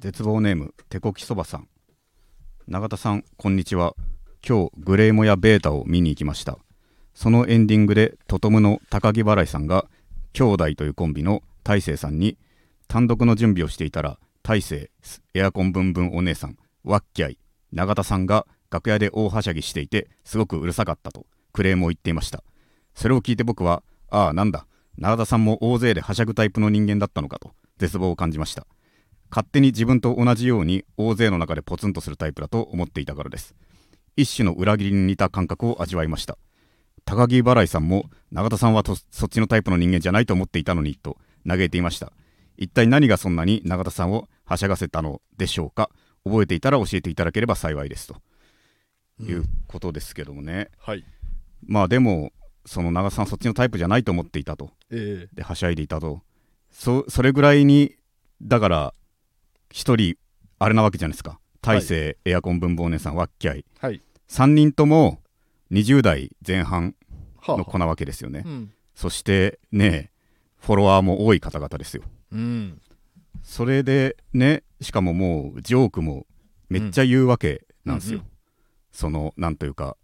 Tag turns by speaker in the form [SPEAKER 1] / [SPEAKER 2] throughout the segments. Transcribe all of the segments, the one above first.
[SPEAKER 1] 絶望ネーム手こきそばさん永田さんこんにちは今日グレイモやベータを見に行きましたそのエンディングでトトムの高木払いさんが兄弟というコンビの大勢さんに単独の準備をしていたら大勢エアコンブンブンお姉さんワッキャイ永田さんが楽屋で大はしゃぎしていてすごくうるさかったとクレームを言っていましたそれを聞いて僕はああなんだ永田さんも大勢ではしゃぐタイプの人間だったのかと絶望を感じました勝手に自分と同じように大勢の中でポツンとするタイプだと思っていたからです一種の裏切りに似た感覚を味わいました高木払いさんも永田さんはとそっちのタイプの人間じゃないと思っていたのにと嘆いていました一体何がそんなに永田さんをはしゃがせたのでしょうか覚えていたら教えていただければ幸いですということですけどもね、
[SPEAKER 2] はい。
[SPEAKER 1] まあでもその長さんはそっちのタイプじゃないと思っていたと
[SPEAKER 2] ええ
[SPEAKER 1] ではしゃいでいたとそそれぐらいにだから一人あれなわけじゃないですか大勢、エアコン文房姉さんワッキャイ
[SPEAKER 2] はい。
[SPEAKER 1] 3人とも20代前半
[SPEAKER 2] はあ
[SPEAKER 1] の子なわけですよね、
[SPEAKER 2] うん。
[SPEAKER 1] そしてねフォロワーも多い方々ですよ
[SPEAKER 2] うん。
[SPEAKER 1] それでねしかももうジョークもめっちゃ言うわけなんですよ、
[SPEAKER 2] うんうん
[SPEAKER 1] そのなんというか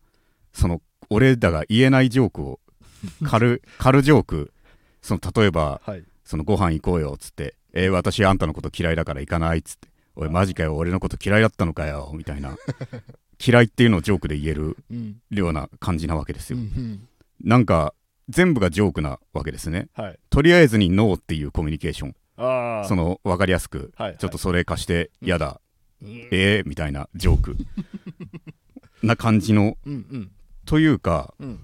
[SPEAKER 1] その俺らが言えないジョークを軽 軽ジョークその例えば
[SPEAKER 2] はい。
[SPEAKER 1] そのご飯行こうよっつって「えー私あんたのこと嫌いだから行かない」っつって「おいマジかよ俺のこと嫌いだったのかよ」みたいな嫌いっていうのをジョークで言える
[SPEAKER 2] うん。
[SPEAKER 1] ような感じなわけです
[SPEAKER 2] う
[SPEAKER 1] よ、
[SPEAKER 2] ん。
[SPEAKER 1] なんか全部がジョークなわけですね
[SPEAKER 2] はい。
[SPEAKER 1] とりあえずに「ノー」っていうコミュニケーション
[SPEAKER 2] ああ。
[SPEAKER 1] その分かりやすく
[SPEAKER 2] はい。
[SPEAKER 1] ちょっとそれ貸して嫌だ、
[SPEAKER 2] うん。
[SPEAKER 1] えー、みたいなジョークな感じの
[SPEAKER 2] うん。
[SPEAKER 1] というか
[SPEAKER 2] うん。うん。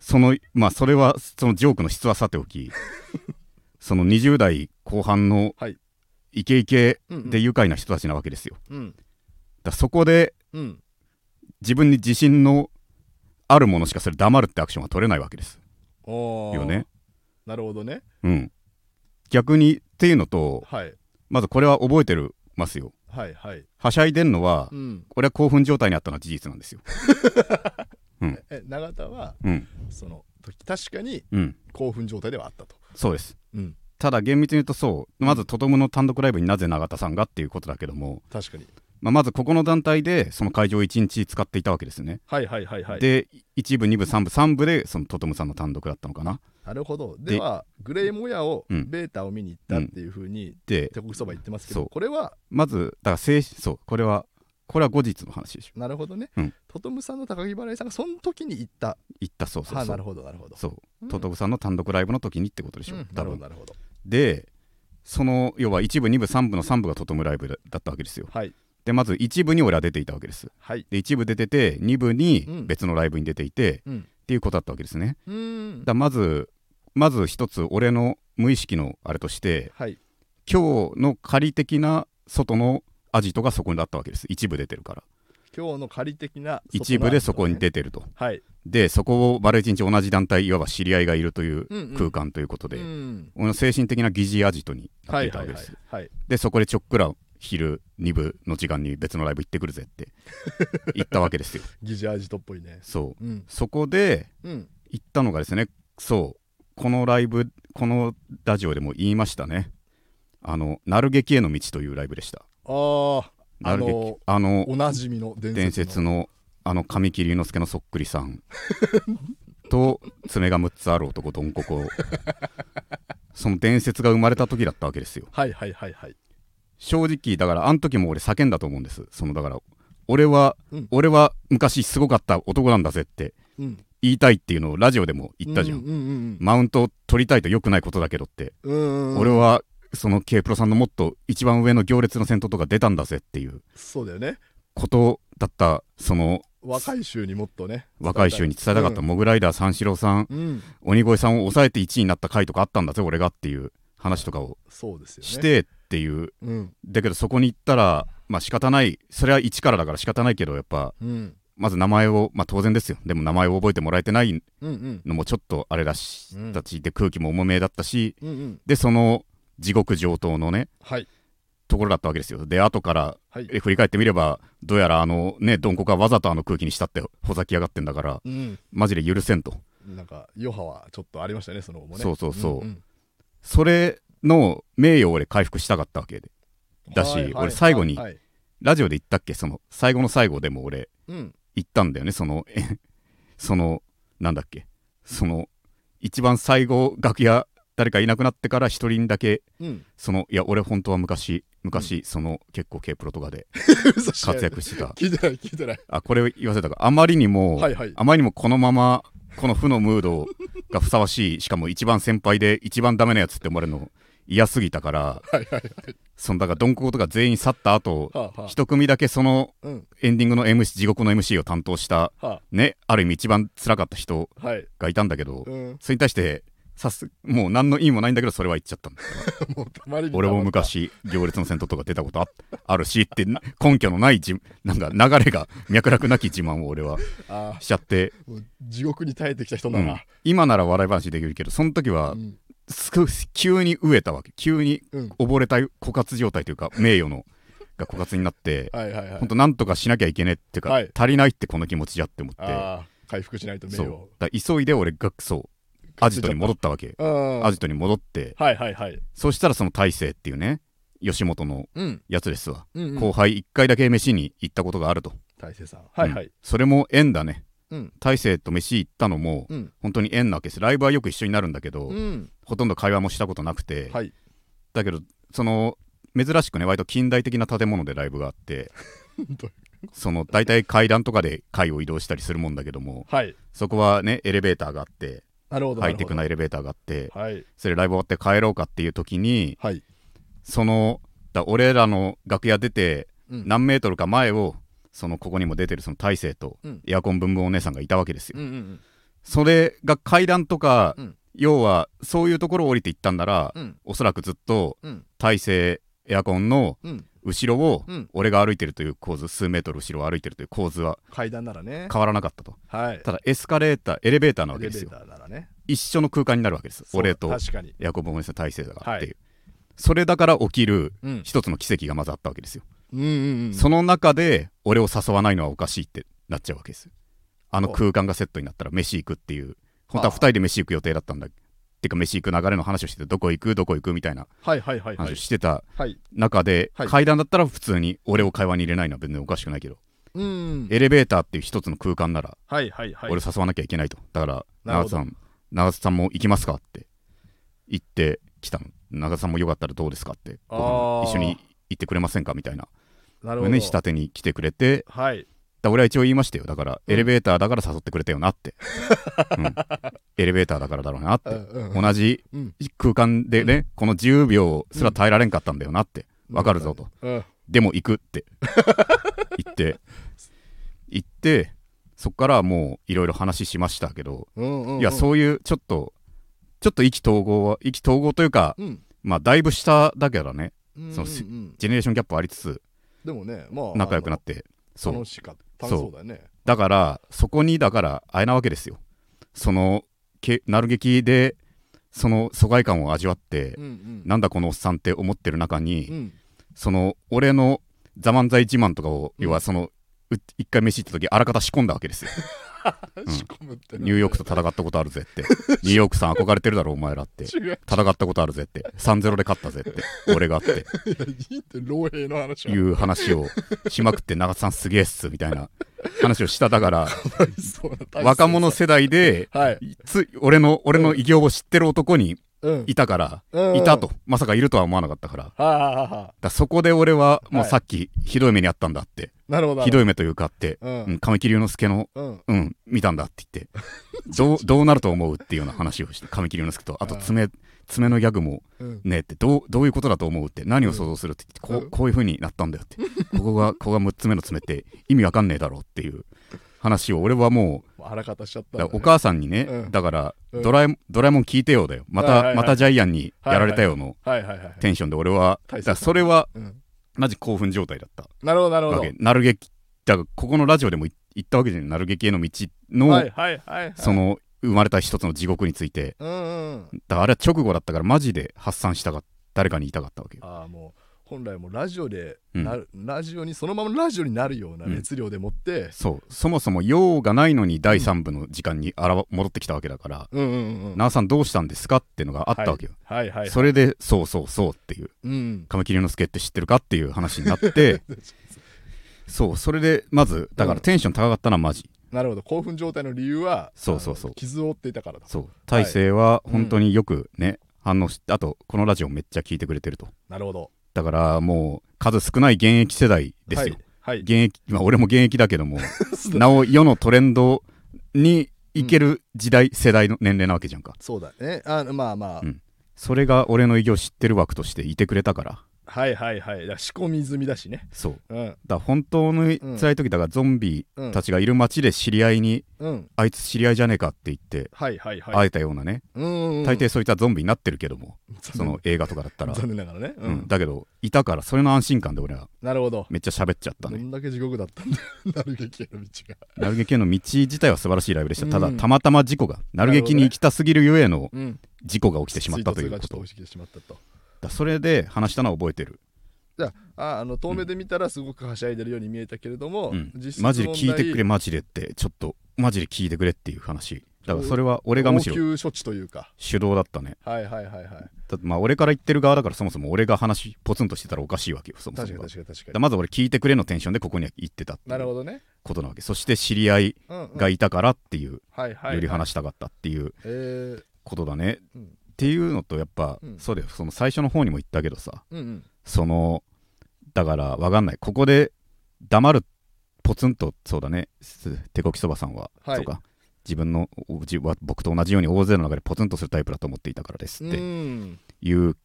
[SPEAKER 1] そのまあそれはそのジョークの質はさてお きその20代後半の
[SPEAKER 2] はい
[SPEAKER 1] イケイケ
[SPEAKER 2] うんうん
[SPEAKER 1] で愉快な人たちなわけですよ
[SPEAKER 2] うん。
[SPEAKER 1] だからそこで
[SPEAKER 2] うん。
[SPEAKER 1] 自分に自信のあるものしかそれ黙るってアクションは取れないわけです
[SPEAKER 2] おお。
[SPEAKER 1] よね。
[SPEAKER 2] なるほどね。
[SPEAKER 1] うん逆にっていうのと
[SPEAKER 2] はい。
[SPEAKER 1] まずこれは覚えてるますよ
[SPEAKER 2] はい。はい。
[SPEAKER 1] はしゃいでんのは
[SPEAKER 2] うん。
[SPEAKER 1] これは興奮状態にあったのは事実なんですよ
[SPEAKER 2] え、永田は、
[SPEAKER 1] うん
[SPEAKER 2] その時、確かに
[SPEAKER 1] うん
[SPEAKER 2] 興奮状態ではあったと。
[SPEAKER 1] そうです
[SPEAKER 2] うん。
[SPEAKER 1] ただ厳密に言うとそうまずトトムの単独ライブになぜ永田さんがっていうことだけども、
[SPEAKER 2] 確かに。
[SPEAKER 1] まあ、まずここの団体でその会場を1日使っていたわけですよね、
[SPEAKER 2] はいはいはいはい。
[SPEAKER 1] で1部2部3部3部でそのトトムさんの単独だったのかな
[SPEAKER 2] なるほど。
[SPEAKER 1] で
[SPEAKER 2] では、グレイモヤを、
[SPEAKER 1] うん
[SPEAKER 2] ベータを見に行ったっていうふうに、
[SPEAKER 1] で
[SPEAKER 2] 手こきそば言ってますけど、
[SPEAKER 1] そう
[SPEAKER 2] これは、
[SPEAKER 1] まずだから正そうこれはこれは後日の話でしょ
[SPEAKER 2] なるほどね、
[SPEAKER 1] うん
[SPEAKER 2] トトムさんの高木払いさんがその時に行った。
[SPEAKER 1] 行ったそうそう
[SPEAKER 2] はあ、
[SPEAKER 1] そ
[SPEAKER 2] な
[SPEAKER 1] う
[SPEAKER 2] るほどなるほど。
[SPEAKER 1] そう
[SPEAKER 2] うん
[SPEAKER 1] トトムさんの単独ライブの時にってことでしょ、
[SPEAKER 2] うんな
[SPEAKER 1] 多
[SPEAKER 2] るほ
[SPEAKER 1] 分
[SPEAKER 2] どなるほど。
[SPEAKER 1] でその要は1部2部3部の3部がトトムライブだだったわけですよ
[SPEAKER 2] はい
[SPEAKER 1] でまず1部に俺は出ていたわけです
[SPEAKER 2] はい。
[SPEAKER 1] で1部出てて2部
[SPEAKER 2] う
[SPEAKER 1] に
[SPEAKER 2] ん
[SPEAKER 1] 別のライブに出ていて、
[SPEAKER 2] うん
[SPEAKER 1] っていうことだったわけですね
[SPEAKER 2] うーん
[SPEAKER 1] だからまずまず一つ俺の無意識のあれとして
[SPEAKER 2] はい。
[SPEAKER 1] 今日の仮的な外のアジトがそこにあったわけです一部出てるから
[SPEAKER 2] 今日の仮的な、
[SPEAKER 1] 一部でそこに
[SPEAKER 2] て。
[SPEAKER 1] 出てると
[SPEAKER 2] はい。
[SPEAKER 1] でそこを丸一日同じ団体いわば知り合いがいるという
[SPEAKER 2] うんうん
[SPEAKER 1] 空間ということで、
[SPEAKER 2] うん。
[SPEAKER 1] 俺の精神的な疑似アジトになっ
[SPEAKER 2] は
[SPEAKER 1] てい
[SPEAKER 2] い
[SPEAKER 1] た
[SPEAKER 2] は
[SPEAKER 1] わけ
[SPEAKER 2] いは
[SPEAKER 1] で
[SPEAKER 2] い
[SPEAKER 1] す、。
[SPEAKER 2] はい。
[SPEAKER 1] でそこでちょっくら昼2部の時間に別のライブ行ってくるぜって 言ったわけですよ
[SPEAKER 2] 疑似アジトっぽいね。
[SPEAKER 1] そう
[SPEAKER 2] うん。
[SPEAKER 1] そこで
[SPEAKER 2] うん。
[SPEAKER 1] 行ったのがですねそうこのライブこのラジオでも言いましたねあの「なる劇への道」というライブでした
[SPEAKER 2] ああ、
[SPEAKER 1] なる劇
[SPEAKER 2] あのー
[SPEAKER 1] あの
[SPEAKER 2] おなじみの伝説の。
[SPEAKER 1] 伝説のあの神木隆之介のそっくりさん と爪が6つある男どんここその伝説が生まれた時だったわけですよ
[SPEAKER 2] はいはいはいはい。
[SPEAKER 1] 正直だからあの時も俺叫んだと思うんですそのだから俺は、
[SPEAKER 2] うん
[SPEAKER 1] 俺は昔すごかった男なんだぜって
[SPEAKER 2] うん。
[SPEAKER 1] 言いたいっていうのをラジオでも言ったじゃ
[SPEAKER 2] うん
[SPEAKER 1] ん、
[SPEAKER 2] うんうん
[SPEAKER 1] マウントを取りたいと良くないことだけどって
[SPEAKER 2] うん。うんうん
[SPEAKER 1] 俺はその K プロさんのもっと一番上の行列の先頭とか出たんだぜっていう
[SPEAKER 2] そうだよね。
[SPEAKER 1] ことだったその
[SPEAKER 2] 若い衆にもっとね。
[SPEAKER 1] 若い衆に伝えたかったモグライダー三四郎さん
[SPEAKER 2] うん。うん。
[SPEAKER 1] 鬼越さんを抑えて1位になった回とかあったんだぜ俺がっていう話とかを
[SPEAKER 2] そうですよね。
[SPEAKER 1] し。てっていう
[SPEAKER 2] うん。
[SPEAKER 1] だけどそこに行ったらまあ仕方ないそれは1からだから仕方ないけどやっぱ
[SPEAKER 2] うん。
[SPEAKER 1] まず名前をまあ当然ですよでも名前を覚えてもらえてない
[SPEAKER 2] うんうん。
[SPEAKER 1] のもちょっとあれだし
[SPEAKER 2] うん
[SPEAKER 1] だしで空気も重めだったし
[SPEAKER 2] うんうん。
[SPEAKER 1] でその地獄上等のね
[SPEAKER 2] はい。
[SPEAKER 1] ところだったわけですよ。で、後から、
[SPEAKER 2] はい
[SPEAKER 1] え振り返ってみれば、どうやらあのね、どんこがわざとあの空気にしたってほざきやがってんだから、
[SPEAKER 2] うん。
[SPEAKER 1] マジで許せんと。
[SPEAKER 2] なんか余波はちょっとありましたね、その後もね。
[SPEAKER 1] そうそうそうん
[SPEAKER 2] ん
[SPEAKER 1] それの名誉を俺回復したかったわけで。だし、
[SPEAKER 2] はいはい
[SPEAKER 1] 俺最後に、
[SPEAKER 2] はいはい
[SPEAKER 1] ラジオで言ったっけその最後の最後でも俺
[SPEAKER 2] うん、
[SPEAKER 1] 言ったんだよねそのえ そのなんだっけその一番最後楽屋誰かいなくなってから一人だけ
[SPEAKER 2] うん、
[SPEAKER 1] そのいや俺本当は昔昔、その結構 K プロとかで 活躍してた
[SPEAKER 2] 聞いてない聞いてない
[SPEAKER 1] あこれを言わせたかあまりにも、
[SPEAKER 2] はいはい
[SPEAKER 1] あまりにもこのままこの負のムードがふさわしいしかも一番先輩で一番ダメなやつって思われるの嫌すぎたから
[SPEAKER 2] はいはい
[SPEAKER 1] そのだからドンココとか全員去った後
[SPEAKER 2] はあはあ
[SPEAKER 1] 一組だけその
[SPEAKER 2] うん
[SPEAKER 1] エンディングの MC 地獄の MC を担当した
[SPEAKER 2] は
[SPEAKER 1] ねある意味一番辛かった人
[SPEAKER 2] あはい
[SPEAKER 1] がいたんだけど、
[SPEAKER 2] うん
[SPEAKER 1] それに対してさすもう何の意味もないんだけどそれは言っちゃったんだ
[SPEAKER 2] もうたまりに
[SPEAKER 1] 俺も昔行列の戦闘とか出たことああるしって根拠のない自なんか流れが脈絡なき自慢を俺は
[SPEAKER 2] あ
[SPEAKER 1] しちゃって、
[SPEAKER 2] あもう地獄に耐えてきた人
[SPEAKER 1] う
[SPEAKER 2] だ
[SPEAKER 1] ん
[SPEAKER 2] な、
[SPEAKER 1] 今なら笑い話できるけどその時
[SPEAKER 2] う
[SPEAKER 1] は
[SPEAKER 2] ん
[SPEAKER 1] すく急に飢えたわけ急に
[SPEAKER 2] うん
[SPEAKER 1] 溺れた枯渇状態というか名誉のが枯渇になって
[SPEAKER 2] はいはいはい
[SPEAKER 1] 本当なんとかしなきゃいけねえっていうか、
[SPEAKER 2] はい
[SPEAKER 1] 足りないってこの気持ちじゃって思って
[SPEAKER 2] ああ回復しないと名
[SPEAKER 1] そ
[SPEAKER 2] 誉
[SPEAKER 1] うだから急いで俺がそうアジトに戻ったわけ
[SPEAKER 2] うん
[SPEAKER 1] アジトに戻って
[SPEAKER 2] はいはいはい
[SPEAKER 1] そしたらその大勢っていうね吉本の
[SPEAKER 2] うん
[SPEAKER 1] やつですわ、
[SPEAKER 2] うんうん
[SPEAKER 1] 後輩1回だけ飯に行ったことがあると
[SPEAKER 2] 大勢さんはいは
[SPEAKER 1] う
[SPEAKER 2] い
[SPEAKER 1] んそれも縁だね
[SPEAKER 2] うん
[SPEAKER 1] 大勢と飯行ったのも
[SPEAKER 2] うん
[SPEAKER 1] 本当に縁なわけですライブはよく一緒になるんだけど、
[SPEAKER 2] うん
[SPEAKER 1] ほとんど会話もしたことなくて、
[SPEAKER 2] はい
[SPEAKER 1] だけどその珍しくね割と近代的な建物でライブがあって
[SPEAKER 2] どう
[SPEAKER 1] その大体階段とかで階を移動したりするもんだけども
[SPEAKER 2] はい
[SPEAKER 1] そこはねエレベーターがあって
[SPEAKER 2] なるほど
[SPEAKER 1] ハイテク
[SPEAKER 2] な
[SPEAKER 1] なエレベーターがあって
[SPEAKER 2] るほどはい
[SPEAKER 1] それライブ終わって帰ろうかっていう時に
[SPEAKER 2] はい
[SPEAKER 1] そのだ俺らの楽屋出て
[SPEAKER 2] うん
[SPEAKER 1] 何メートルか前をそのここにも出てるその大勢と
[SPEAKER 2] うん
[SPEAKER 1] エアコンブンブンお姉さんがいたわけですよ、
[SPEAKER 2] うんうん
[SPEAKER 1] それが階段とか、
[SPEAKER 2] うん
[SPEAKER 1] 要はそういうところを降りていったんなら、
[SPEAKER 2] うん
[SPEAKER 1] おそらくずっと
[SPEAKER 2] うん
[SPEAKER 1] 大勢エアコンの
[SPEAKER 2] うん
[SPEAKER 1] 後ろを
[SPEAKER 2] うん
[SPEAKER 1] 俺が歩いてるという構図数メートル後ろを歩いてるという構図は
[SPEAKER 2] 階段ならね
[SPEAKER 1] 変わらなかったと
[SPEAKER 2] はい
[SPEAKER 1] ただエスカレーターエレベーターなわ
[SPEAKER 2] エ
[SPEAKER 1] け
[SPEAKER 2] レ
[SPEAKER 1] で
[SPEAKER 2] ベ
[SPEAKER 1] す
[SPEAKER 2] ー
[SPEAKER 1] よ
[SPEAKER 2] ターならね
[SPEAKER 1] 一緒の空間になるわけです
[SPEAKER 2] そう
[SPEAKER 1] 俺と
[SPEAKER 2] 確かに
[SPEAKER 1] エアコンブンお姉さん大勢だからっていう、
[SPEAKER 2] は
[SPEAKER 1] それだから起きる
[SPEAKER 2] うん
[SPEAKER 1] 一つの奇跡がまずあったわけですよ
[SPEAKER 2] うんうんうん
[SPEAKER 1] その中で俺を誘わないのはおかしいってなっちゃうわけですよあの空間がセットになったら飯行くっていう本当は2人で飯行く予定だったんだってか飯行く流れの話をしててどこ行くどこ行くみたいな
[SPEAKER 2] はいはいはいは
[SPEAKER 1] 話を
[SPEAKER 2] い
[SPEAKER 1] してた
[SPEAKER 2] はい
[SPEAKER 1] 中で、
[SPEAKER 2] はい
[SPEAKER 1] 階段だったら普通に俺を会話に入れないのは全然おかしくないけど、
[SPEAKER 2] うん
[SPEAKER 1] エレベーターっていう一つの空間なら
[SPEAKER 2] はいはいはい
[SPEAKER 1] 俺を誘わなきゃいけないと、だから
[SPEAKER 2] なる
[SPEAKER 1] 長田
[SPEAKER 2] ほど
[SPEAKER 1] さん長田さんも行きますかって言ってきたの長田さんもよかったらどうですかって
[SPEAKER 2] あー
[SPEAKER 1] ご飯一緒に行ってくれませんかみたいな
[SPEAKER 2] なるほど
[SPEAKER 1] 胸仕立てに来てくれて
[SPEAKER 2] はい
[SPEAKER 1] だ俺は一応言いましたよだから、
[SPEAKER 2] うん
[SPEAKER 1] エレベーターだから誘ってくれたよな って、うんエレベーターだからだろうなって、
[SPEAKER 2] 同
[SPEAKER 1] 同じ
[SPEAKER 2] うん
[SPEAKER 1] 空間でね、この10秒すら耐えられんかったんだよなって、わかるぞと、
[SPEAKER 2] うん
[SPEAKER 1] でも行くって 言って行ってそっからもういろいろ話しましたけど、
[SPEAKER 2] うんうん
[SPEAKER 1] いや
[SPEAKER 2] う
[SPEAKER 1] そういうちょっとちょっと意気投合は意気投合というか
[SPEAKER 2] うん
[SPEAKER 1] まあだいぶ下だけどね
[SPEAKER 2] うん
[SPEAKER 1] そう
[SPEAKER 2] うん
[SPEAKER 1] す
[SPEAKER 2] うん
[SPEAKER 1] ジェネレーションギャップありつつ
[SPEAKER 2] でもねまあ
[SPEAKER 1] 仲良くな
[SPEAKER 2] っ
[SPEAKER 1] って
[SPEAKER 2] て
[SPEAKER 1] そう
[SPEAKER 2] 楽しかった楽しそうだよね
[SPEAKER 1] だからそこにだからあえなわけですよそのけなる劇でその疎外感を味わって、
[SPEAKER 2] うんうん
[SPEAKER 1] なんだこのおっさんって思ってる中に、
[SPEAKER 2] うん
[SPEAKER 1] その俺の「ザ漫才自慢」とかを、
[SPEAKER 2] うん
[SPEAKER 1] 要はそのう一回飯行った時あらかた仕込んだわけです よん
[SPEAKER 2] 仕込むってなんだよ
[SPEAKER 1] ニューヨークと戦ったことあるぜってニューヨークさん憧れてるだろお前ら って
[SPEAKER 2] 違う
[SPEAKER 1] 戦ったことあるぜって3-0で勝ったぜって俺がって
[SPEAKER 2] いやいいって老兵の話は
[SPEAKER 1] いう話をしまくって長田さんすげえっすみたいな話をしただ から
[SPEAKER 2] そうな大切
[SPEAKER 1] 若者世代で
[SPEAKER 2] はい
[SPEAKER 1] つ俺の俺の偉業を知ってる男に
[SPEAKER 2] うん
[SPEAKER 1] いたから、
[SPEAKER 2] うん
[SPEAKER 1] いたとまさかいるとは思わなかったからだか
[SPEAKER 2] はあはあはあ
[SPEAKER 1] らそこで俺はもう
[SPEAKER 2] はい
[SPEAKER 1] さっきひどい目にあったんだって、
[SPEAKER 2] なるほど
[SPEAKER 1] ひど
[SPEAKER 2] い
[SPEAKER 1] い目というかあって、
[SPEAKER 2] うん
[SPEAKER 1] うん、神木隆之介の
[SPEAKER 2] うん
[SPEAKER 1] うん見たんだって言 ってどうどうなると思うっていうような話をして神木隆之介とあと爪爪のギャグも
[SPEAKER 2] うん
[SPEAKER 1] ねってどうどういうことだと思うって何を想像するって言って、こ
[SPEAKER 2] うん
[SPEAKER 1] うこういう風になったんだよってここ がここが6つ目の爪って意味わかんねえだろうっていう話を俺はもう
[SPEAKER 2] 腹方しちゃっ
[SPEAKER 1] だ
[SPEAKER 2] たん
[SPEAKER 1] か
[SPEAKER 2] だ
[SPEAKER 1] らお
[SPEAKER 2] ね
[SPEAKER 1] 母さんにね、
[SPEAKER 2] うん
[SPEAKER 1] だから、
[SPEAKER 2] うん
[SPEAKER 1] ドラえもん「ドラえもん聞いてよ」だよまた、
[SPEAKER 2] はいはいはい
[SPEAKER 1] またジャイアンにやられたよの
[SPEAKER 2] はいはいはい
[SPEAKER 1] テンションで俺は、
[SPEAKER 2] 大切
[SPEAKER 1] だからそれは
[SPEAKER 2] うん
[SPEAKER 1] マジ興奮状態だった
[SPEAKER 2] なるほどなるほ
[SPEAKER 1] わ
[SPEAKER 2] ど
[SPEAKER 1] けなる劇だからここのラジオでもい言ったわけじゃないなる劇への道の、
[SPEAKER 2] はいはいはいはい
[SPEAKER 1] その生まれた一つの地獄について
[SPEAKER 2] うんうん
[SPEAKER 1] だからあれは直後だったからマジで発散したかった誰かに言いたかったわけよ
[SPEAKER 2] ああもう本来もラジオで
[SPEAKER 1] うん
[SPEAKER 2] なる、ラジオにそのままラジオになるような
[SPEAKER 1] うん
[SPEAKER 2] 熱量でもって、
[SPEAKER 1] そうそもそも用がないのに第3部の時間にあらわ戻ってきたわけだから
[SPEAKER 2] うんうんう
[SPEAKER 1] 「
[SPEAKER 2] ん
[SPEAKER 1] なあさんどうしたんですか?」っていうのがあったわけよ、
[SPEAKER 2] はいはいはい
[SPEAKER 1] それで「そうそうそう」っていう
[SPEAKER 2] うん
[SPEAKER 1] 神木隆之介って知ってるかっていう話になって そうそれでまずだか
[SPEAKER 2] うん
[SPEAKER 1] らテンション高かったのはマジ
[SPEAKER 2] なるほど興奮状態の理由は
[SPEAKER 1] そうそうそう
[SPEAKER 2] あの傷を負っていたからだ
[SPEAKER 1] そう大勢は本当によくね、反応してあとこのラジオめっちゃ聞いてくれてると
[SPEAKER 2] なるほど
[SPEAKER 1] だからもう数少ない現役世代ですよ、
[SPEAKER 2] はい、
[SPEAKER 1] 現役まあ俺も現役だけど も
[SPEAKER 2] はい、
[SPEAKER 1] なお世のトレンドにいける時代、世代の年齢なわけじゃんか
[SPEAKER 2] そうだねあまあまあ、
[SPEAKER 1] うんそれが俺の偉業知ってる枠としていてくれたから
[SPEAKER 2] はいはいはいだから仕込み済みだしね
[SPEAKER 1] そう
[SPEAKER 2] うん
[SPEAKER 1] だから本当に辛い時だからゾンビ
[SPEAKER 2] うん
[SPEAKER 1] たちがいる街で知り合いに、
[SPEAKER 2] うん
[SPEAKER 1] あいつ知り合いじゃねえかって言って
[SPEAKER 2] はいはいはい
[SPEAKER 1] 会えたようなね、
[SPEAKER 2] うんうん
[SPEAKER 1] 大抵そういったゾンビになってるけども、そ
[SPEAKER 2] 残念
[SPEAKER 1] の映画とかだった ら、
[SPEAKER 2] 残念ながらね、う
[SPEAKER 1] うんん、だけどいたからそれの安心感で俺は
[SPEAKER 2] なるほど
[SPEAKER 1] めっちゃ喋っちゃった
[SPEAKER 2] ど
[SPEAKER 1] ね
[SPEAKER 2] んだけ地獄だったんだよ なる劇への道が
[SPEAKER 1] 鳴る劇への道自体は素晴らしいライブでした、
[SPEAKER 2] うん
[SPEAKER 1] ただたまたま事故が鳴る劇に行きたすぎるゆえの
[SPEAKER 2] うん
[SPEAKER 1] 事故が起きてしまったということ
[SPEAKER 2] 追突がちょっと起きてしまったと
[SPEAKER 1] だそれで話したのは覚えてる、
[SPEAKER 2] じゃあああの遠目で見たらすごくはしゃいでるように見えたけれども、
[SPEAKER 1] うん
[SPEAKER 2] 実、質
[SPEAKER 1] マジで聞いてくれ
[SPEAKER 2] 問
[SPEAKER 1] マジでってちょっとマジで聞いてくれっていう話だからそれは俺が
[SPEAKER 2] 題
[SPEAKER 1] むしろ
[SPEAKER 2] 応急処置というか
[SPEAKER 1] 主導だったね
[SPEAKER 2] はいはいはいはい
[SPEAKER 1] だってまあ俺から言ってる側だからそもそも俺が話ポツンとしてたらおかしいわけよそもそも
[SPEAKER 2] 確
[SPEAKER 1] が
[SPEAKER 2] か
[SPEAKER 1] だ
[SPEAKER 2] に確かに確か
[SPEAKER 1] から
[SPEAKER 2] に
[SPEAKER 1] まず俺聞いてくれのテンションでここには行ってたってい
[SPEAKER 2] なる
[SPEAKER 1] う
[SPEAKER 2] ほどね、
[SPEAKER 1] ことなわけそして知り合い
[SPEAKER 2] うんうん、
[SPEAKER 1] がいたからっていう、
[SPEAKER 2] はいはい、
[SPEAKER 1] より話したかったっていう
[SPEAKER 2] えー、
[SPEAKER 1] ことだね、
[SPEAKER 2] う
[SPEAKER 1] っ
[SPEAKER 2] ん
[SPEAKER 1] ていうのとやっぱ、
[SPEAKER 2] うん
[SPEAKER 1] そうだよその最初の方にも言ったけどさ
[SPEAKER 2] うんうん
[SPEAKER 1] そのだからわかんないここで黙るポツンとそうだねす手こきそばさんは、
[SPEAKER 2] はい
[SPEAKER 1] そうか自分のおじわ僕と同じように大勢の中でポツンとするタイプだと思っていたからですって
[SPEAKER 2] うん
[SPEAKER 1] 言う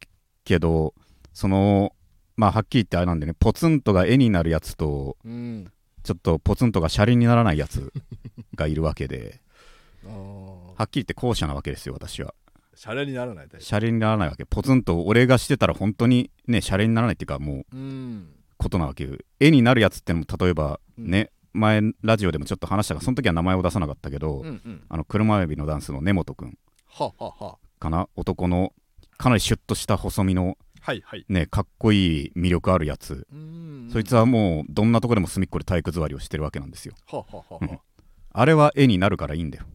[SPEAKER 1] けどそのまあはっきり言ってあれなんでねポツンとが絵になるやつと
[SPEAKER 2] うん
[SPEAKER 1] ちょっとポツンとが車輪にならないやつがいるわけ で
[SPEAKER 2] あー
[SPEAKER 1] はっきり言って後者なわけですよ私は
[SPEAKER 2] シャレにならないタイプ
[SPEAKER 1] 車輪にならないわけポツンと俺がしてたら本当にね車輪にならないっていうかもう
[SPEAKER 2] うん
[SPEAKER 1] ことなわけよ絵になるやつってのも例えば
[SPEAKER 2] うん
[SPEAKER 1] ね、前ラジオでもちょっと話したがその時は名前を出さなかったけど、
[SPEAKER 2] うんうん
[SPEAKER 1] あの車指のダンスの根本くん
[SPEAKER 2] はあはあはあ
[SPEAKER 1] かな男のかなりシュッとした細身の
[SPEAKER 2] はいはい
[SPEAKER 1] ねかっこいい魅力あるやつ、
[SPEAKER 2] うん
[SPEAKER 1] そいつはもうどんなとこでも隅っこで体育座りをしてるわけなんですよ
[SPEAKER 2] はあはあは
[SPEAKER 1] う
[SPEAKER 2] あ
[SPEAKER 1] んあれは絵になるからいいんだよ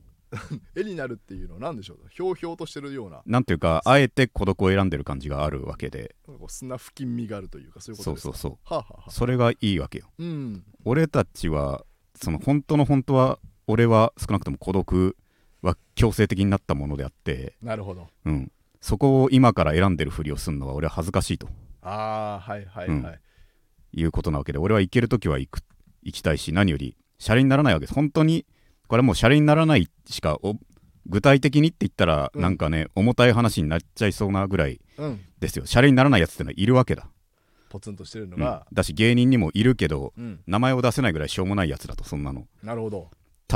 [SPEAKER 2] 絵になるっていうのは何でしょうひょうひょうとしてるような
[SPEAKER 1] なんていうかあえて孤独を選んでる感じがあるわけで
[SPEAKER 2] なんかこう砂付近味があるというかそういうこ
[SPEAKER 1] そ
[SPEAKER 2] と
[SPEAKER 1] う
[SPEAKER 2] ですか
[SPEAKER 1] そうそう
[SPEAKER 2] はあはあはあ
[SPEAKER 1] それがいいわけよ
[SPEAKER 2] うん
[SPEAKER 1] 俺たちはその本当の本当は俺は少なくとも孤独は強制的になったものであって
[SPEAKER 2] なるほど
[SPEAKER 1] うん、そこを今から選んでるふりをするのは俺は恥ずかしいと
[SPEAKER 2] ああはいはい
[SPEAKER 1] うん
[SPEAKER 2] はい、
[SPEAKER 1] いうことなわけで俺は行けるときは行く行きたいし何よりシャレにならないわけです本当にこれはもうシャレにならないしかお具体的にって言ったら、
[SPEAKER 2] うん
[SPEAKER 1] なんかね重たい話になっちゃいそうなぐらい
[SPEAKER 2] うん、
[SPEAKER 1] ですよシャレにならないやつってのはいるわけだ、
[SPEAKER 2] ポツンとしてるの
[SPEAKER 1] うん
[SPEAKER 2] が、
[SPEAKER 1] だし芸人にもいるけど
[SPEAKER 2] うん
[SPEAKER 1] 名前を出せないぐらいしょうもないやつだとそんなの
[SPEAKER 2] なるほど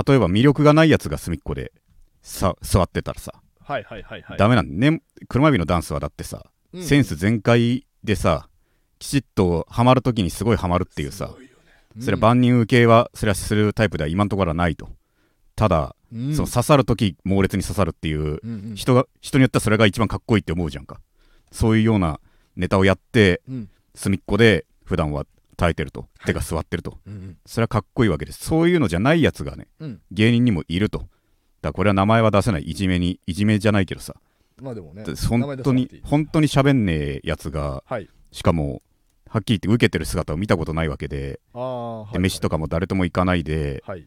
[SPEAKER 1] 例えば魅力がないやつが隅っこでさ座ってたらさ、
[SPEAKER 2] はいはいはいはい
[SPEAKER 1] ダメなんだね車指のダンスはだってさ
[SPEAKER 2] うん
[SPEAKER 1] センス全開でさきちっとハマるときにすごいハマるっていう
[SPEAKER 2] す
[SPEAKER 1] さ
[SPEAKER 2] ごいよね
[SPEAKER 1] それは万人受けはそれはするタイプでは今のところはないとただ、
[SPEAKER 2] うんうん
[SPEAKER 1] その刺さるとき猛烈に刺さるっていう
[SPEAKER 2] うんうん
[SPEAKER 1] 人が人によってはそれが一番かっこいいって思うじゃんかそういうようなネタをやって
[SPEAKER 2] うん
[SPEAKER 1] 隅っこで普段は耐えてると手が座ってると
[SPEAKER 2] うん
[SPEAKER 1] それはかっこいいわけですそういうのじゃないやつがね
[SPEAKER 2] うん
[SPEAKER 1] 芸人にもいるとだからこれは名前は出せないいじめにいじめじゃないけどさ
[SPEAKER 2] まあでもね名
[SPEAKER 1] 本
[SPEAKER 2] 前出
[SPEAKER 1] 当
[SPEAKER 2] さなく
[SPEAKER 1] に
[SPEAKER 2] ていい
[SPEAKER 1] 本当に喋んねえやつが
[SPEAKER 2] はい
[SPEAKER 1] しかもはっきり言って受けてる姿を見たことないわけで,、
[SPEAKER 2] ああはい
[SPEAKER 1] で飯とかも誰とも行かないで
[SPEAKER 2] はい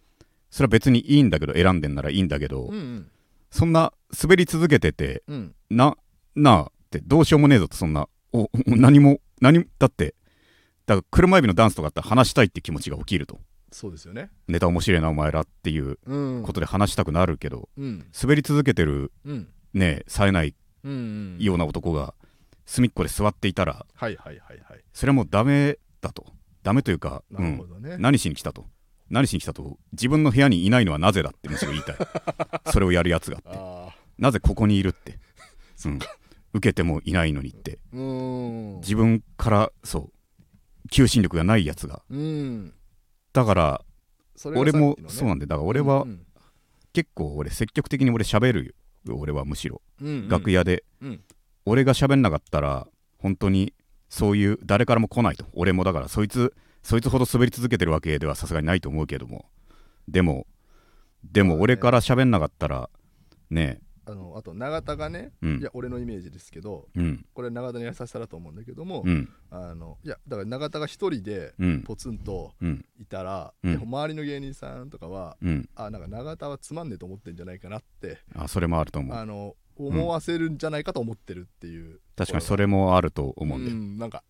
[SPEAKER 1] それは別にいいんだけど選んでんならいいんだけど、
[SPEAKER 2] うんうん
[SPEAKER 1] そんな滑り続けてて
[SPEAKER 2] うん
[SPEAKER 1] ななあってどうしようもねえぞとそんなおお何も何もだってだから車指のダンスとかあったら話したいって気持ちが起きると
[SPEAKER 2] そうですよね
[SPEAKER 1] ネタ面白いなお前らっていう
[SPEAKER 2] うん
[SPEAKER 1] ことで話したくなるけど
[SPEAKER 2] うん
[SPEAKER 1] 滑り続けてる
[SPEAKER 2] うん
[SPEAKER 1] ねえ冴えない
[SPEAKER 2] うんうん
[SPEAKER 1] ような男が隅っこで座っていたら
[SPEAKER 2] はいはいはいはい
[SPEAKER 1] それはもうダメだとダメというか、う
[SPEAKER 2] なる
[SPEAKER 1] ん
[SPEAKER 2] ほ、どね
[SPEAKER 1] 何しに来たと何しに来たと自分の部屋にいないのはなぜだってむしろ言いた いそれをやるやつがって
[SPEAKER 2] ああ
[SPEAKER 1] なぜここにいるって、うん、受けてもいないのにって
[SPEAKER 2] うーん
[SPEAKER 1] 自分からそう求心力がないやつが
[SPEAKER 2] うん
[SPEAKER 1] だから
[SPEAKER 2] それが
[SPEAKER 1] 俺も
[SPEAKER 2] さっきのね
[SPEAKER 1] そうなんでだから俺は
[SPEAKER 2] うん
[SPEAKER 1] 結構俺積極的に俺喋るよ俺はむしろ
[SPEAKER 2] うんうん
[SPEAKER 1] 楽屋で
[SPEAKER 2] うん
[SPEAKER 1] 俺が喋んなかったら本当にそういう誰からも来ないと俺もだからそいつそいつほど滑り続けてるわけではさすがにないと思うけどもでもでも俺から喋んなかったらね
[SPEAKER 2] あのあと永田がね、
[SPEAKER 1] うん
[SPEAKER 2] いや俺のイメージですけど
[SPEAKER 1] えうん
[SPEAKER 2] これ永田の優しさだと思うんだけども、
[SPEAKER 1] うん
[SPEAKER 2] あのいやだから永田が一人で
[SPEAKER 1] うん
[SPEAKER 2] ポツンと
[SPEAKER 1] うん
[SPEAKER 2] いたら、
[SPEAKER 1] うん
[SPEAKER 2] でも周りの芸人さんとかは
[SPEAKER 1] うん
[SPEAKER 2] あなんか永田はつまんねえと思ってんじゃないかなって、
[SPEAKER 1] あそれもあると思う
[SPEAKER 2] あの思わせるんじゃないかと思ってるっていう、
[SPEAKER 1] 確かにそれもあると思うんで、
[SPEAKER 2] うんなんか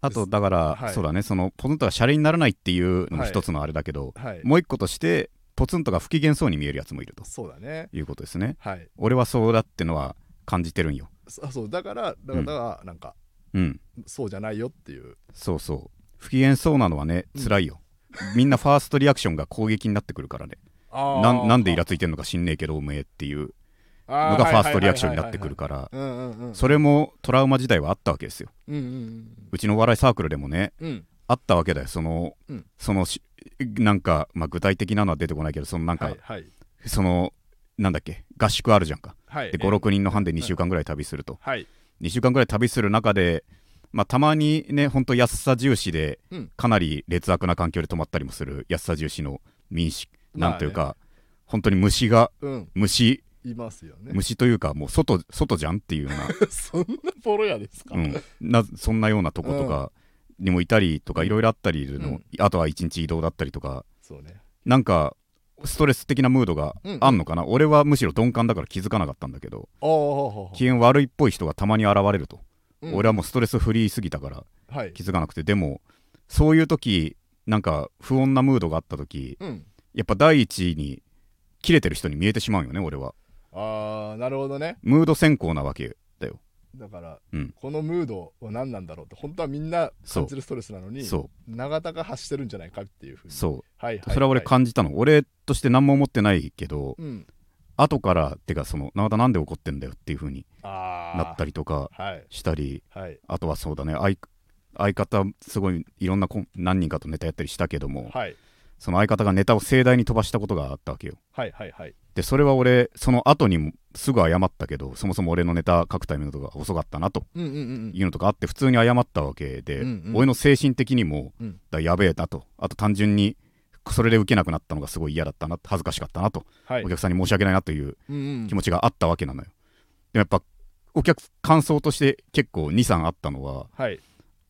[SPEAKER 1] あとだから、
[SPEAKER 2] はい
[SPEAKER 1] そうだねそのポツンとがシャレにならないっていうのも
[SPEAKER 2] はい
[SPEAKER 1] 一つのあれだけど、
[SPEAKER 2] はい
[SPEAKER 1] もう一個としてポツンとが不機嫌そうに見えるやつもいると
[SPEAKER 2] そうだね
[SPEAKER 1] いうことですね
[SPEAKER 2] はい
[SPEAKER 1] 俺はそうだってのは感じてるんよ
[SPEAKER 2] そそうだから
[SPEAKER 1] う
[SPEAKER 2] 永
[SPEAKER 1] ん
[SPEAKER 2] 田はなんか、
[SPEAKER 1] うん
[SPEAKER 2] そうじゃないよっていう
[SPEAKER 1] そうそう不機嫌そうなのはね
[SPEAKER 2] うん
[SPEAKER 1] 辛いよ、みんなファーストリアクションが攻撃になってくるからねなんなんでイラついてんのか知んねえけどおめえっていうの
[SPEAKER 2] の
[SPEAKER 1] がファーストリアクションになってくるから
[SPEAKER 2] うんうんうん
[SPEAKER 1] それもトラウマ時代はあったわけですよ
[SPEAKER 2] うんうん
[SPEAKER 1] うちのお笑いサークルでもね
[SPEAKER 2] うんうん
[SPEAKER 1] あったわけだよその、
[SPEAKER 2] うん
[SPEAKER 1] そのしなんか、まあ、具体的なのは出てこないけどそのなんか、
[SPEAKER 2] はいはい
[SPEAKER 1] そのなんだっけ合宿あるじゃんか
[SPEAKER 2] はい
[SPEAKER 1] で56人の班で2週間ぐらい旅すると
[SPEAKER 2] はい
[SPEAKER 1] 2週間ぐらい旅する中で、まあ、たまにねほんと安さ重視で
[SPEAKER 2] うん
[SPEAKER 1] かなり劣悪な環境で泊まったりもする安さ重視の民主
[SPEAKER 2] ま
[SPEAKER 1] な
[SPEAKER 2] あね
[SPEAKER 1] んというか、本当に虫が
[SPEAKER 2] うん
[SPEAKER 1] 虫
[SPEAKER 2] いますよね
[SPEAKER 1] 虫というかもう外外じゃんっていうような
[SPEAKER 2] そんなボロ屋です か、
[SPEAKER 1] うん、なそんなようなとことかにもいたりとかいろいろあったりの、
[SPEAKER 2] うん
[SPEAKER 1] あとは一日移動だったりとか
[SPEAKER 2] そうね
[SPEAKER 1] なんかストレス的なムードがあんのかな、俺はむしろ鈍感だから気づかなかったんだけど
[SPEAKER 2] ああ
[SPEAKER 1] 機嫌悪いっぽい人がたまに現れると、
[SPEAKER 2] うん
[SPEAKER 1] 俺はもうストレスフリーすぎたから
[SPEAKER 2] はい
[SPEAKER 1] 気づかなくてでもそういう時なんか不穏なムードがあった時
[SPEAKER 2] うん
[SPEAKER 1] やっぱ第一に切れてる人に見えてしまうよね俺は
[SPEAKER 2] ああなるほどね
[SPEAKER 1] ムード先行なわけだよ
[SPEAKER 2] だから、
[SPEAKER 1] うん
[SPEAKER 2] このムードは何なんだろうって本当はみんな感じるストレスなのに
[SPEAKER 1] そ
[SPEAKER 2] 永田が発してるんじゃないかっていうふう
[SPEAKER 1] う
[SPEAKER 2] に
[SPEAKER 1] そ
[SPEAKER 2] はいはいう
[SPEAKER 1] それは俺
[SPEAKER 2] か
[SPEAKER 1] 感じたの、俺として何も思ってないけど、
[SPEAKER 2] うん
[SPEAKER 1] 後からてかその永田なんで怒ってんだよっていう風に
[SPEAKER 2] ああ
[SPEAKER 1] なったりとか
[SPEAKER 2] はい
[SPEAKER 1] したり
[SPEAKER 2] はい
[SPEAKER 1] あとはそうだね相相方すごいいろんなこ何人かとネタやったりしたけども
[SPEAKER 2] はい
[SPEAKER 1] その相方がネタを盛大に飛ばしたことがあったわけよ
[SPEAKER 2] はいはいはい
[SPEAKER 1] でそれは俺その後にもすぐ謝ったけどそもそも俺のネタ書くタイミングとか遅かったなと
[SPEAKER 2] うんうんうん
[SPEAKER 1] いうのとかあって普通に謝ったわけで、
[SPEAKER 2] うんうん
[SPEAKER 1] 俺の精神的にも、
[SPEAKER 2] うん
[SPEAKER 1] だやべえなとあと単純にそれで受けなくなったのがすごい嫌だったな恥ずかしかったなと、
[SPEAKER 2] はい
[SPEAKER 1] お客さんに申し訳ないなという
[SPEAKER 2] うんうん
[SPEAKER 1] 気持ちがあったわけなのよ。でもやっぱお客感想として結構23あったのは
[SPEAKER 2] はい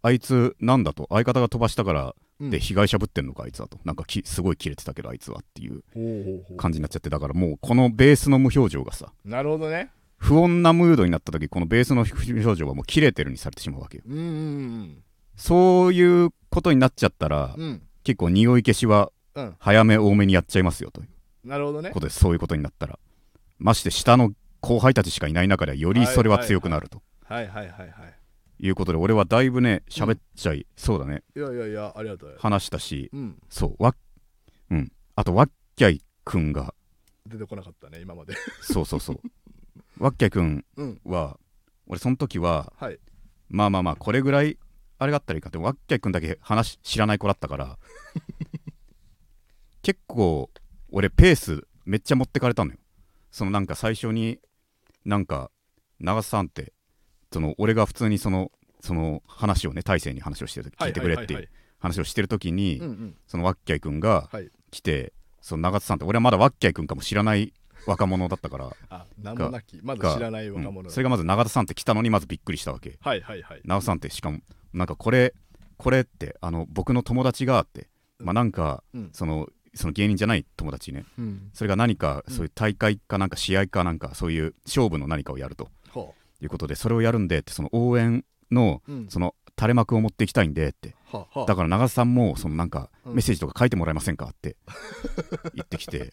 [SPEAKER 1] あいつなんだと相方が飛ばしたから
[SPEAKER 2] うん
[SPEAKER 1] で被害者ぶってんのかあいつはとなんかきすごいキレてたけどあいつはっていう
[SPEAKER 2] ほうほうほう
[SPEAKER 1] 感じになっちゃってだからもうこのベースの無表情がさ
[SPEAKER 2] なるほどね
[SPEAKER 1] 不穏なムードになった時このベースの無表情はもうキレてるにされてしまうわけよ
[SPEAKER 2] うんうん
[SPEAKER 1] そういうことになっちゃったら
[SPEAKER 2] うんうん
[SPEAKER 1] 結構匂い消しは
[SPEAKER 2] うん
[SPEAKER 1] 早め多めにやっちゃいますよという
[SPEAKER 2] なるほどね
[SPEAKER 1] ことですそういうことになったらまして下の後輩たちしかいない中ではよりそれは強くなると
[SPEAKER 2] はいはいはいはい
[SPEAKER 1] いうことで俺はだいぶね喋っちゃい、そうだね
[SPEAKER 2] いやいやいやありがとう
[SPEAKER 1] 話したし
[SPEAKER 2] うん
[SPEAKER 1] そうわうんあとわっきゃいくんが
[SPEAKER 2] 出てこなかったね今まで
[SPEAKER 1] そうそうそうわっきゃいくん
[SPEAKER 2] うん
[SPEAKER 1] は俺その時は
[SPEAKER 2] はい
[SPEAKER 1] まあまあまあこれぐらいあれがあったらいいかってわっきゃいくんだけ話知らない子だったから 結構俺ペースめっちゃ持ってかれたのよそのなんか最初になんか長瀬さんってその俺が普通にそのその話をね大勢に話をしてる時聞いてくれっていう
[SPEAKER 2] はい
[SPEAKER 1] 話をしてる時に、
[SPEAKER 2] はいはいはいうんうん
[SPEAKER 1] そのワッキャイ君が
[SPEAKER 2] はい
[SPEAKER 1] 来てその長津さんって俺はまだワッキャイ君かも知らない若者だったから
[SPEAKER 2] あ名もなきまだ知らない若
[SPEAKER 1] う
[SPEAKER 2] 者
[SPEAKER 1] ん
[SPEAKER 2] だ
[SPEAKER 1] それがまず長田さんって来たのにまずびっくりしたわけ
[SPEAKER 2] はいはいはい
[SPEAKER 1] 長津さんってしかもなんかこれこれってあの僕の友達があってまあなんか
[SPEAKER 2] うん
[SPEAKER 1] そのその芸人じゃない友達ね
[SPEAKER 2] うん
[SPEAKER 1] それが何か
[SPEAKER 2] うん
[SPEAKER 1] そういう大会かなんか試合かなんかそういう勝負の何かをやると
[SPEAKER 2] ほ
[SPEAKER 1] いうことでそれをやるんでってその応援の
[SPEAKER 2] ううん
[SPEAKER 1] その垂れ幕を持っていきたいんでって
[SPEAKER 2] はは
[SPEAKER 1] だから長瀬さんもそのなんか
[SPEAKER 2] うん
[SPEAKER 1] メッセージとか書いてもらえませんか って言ってきて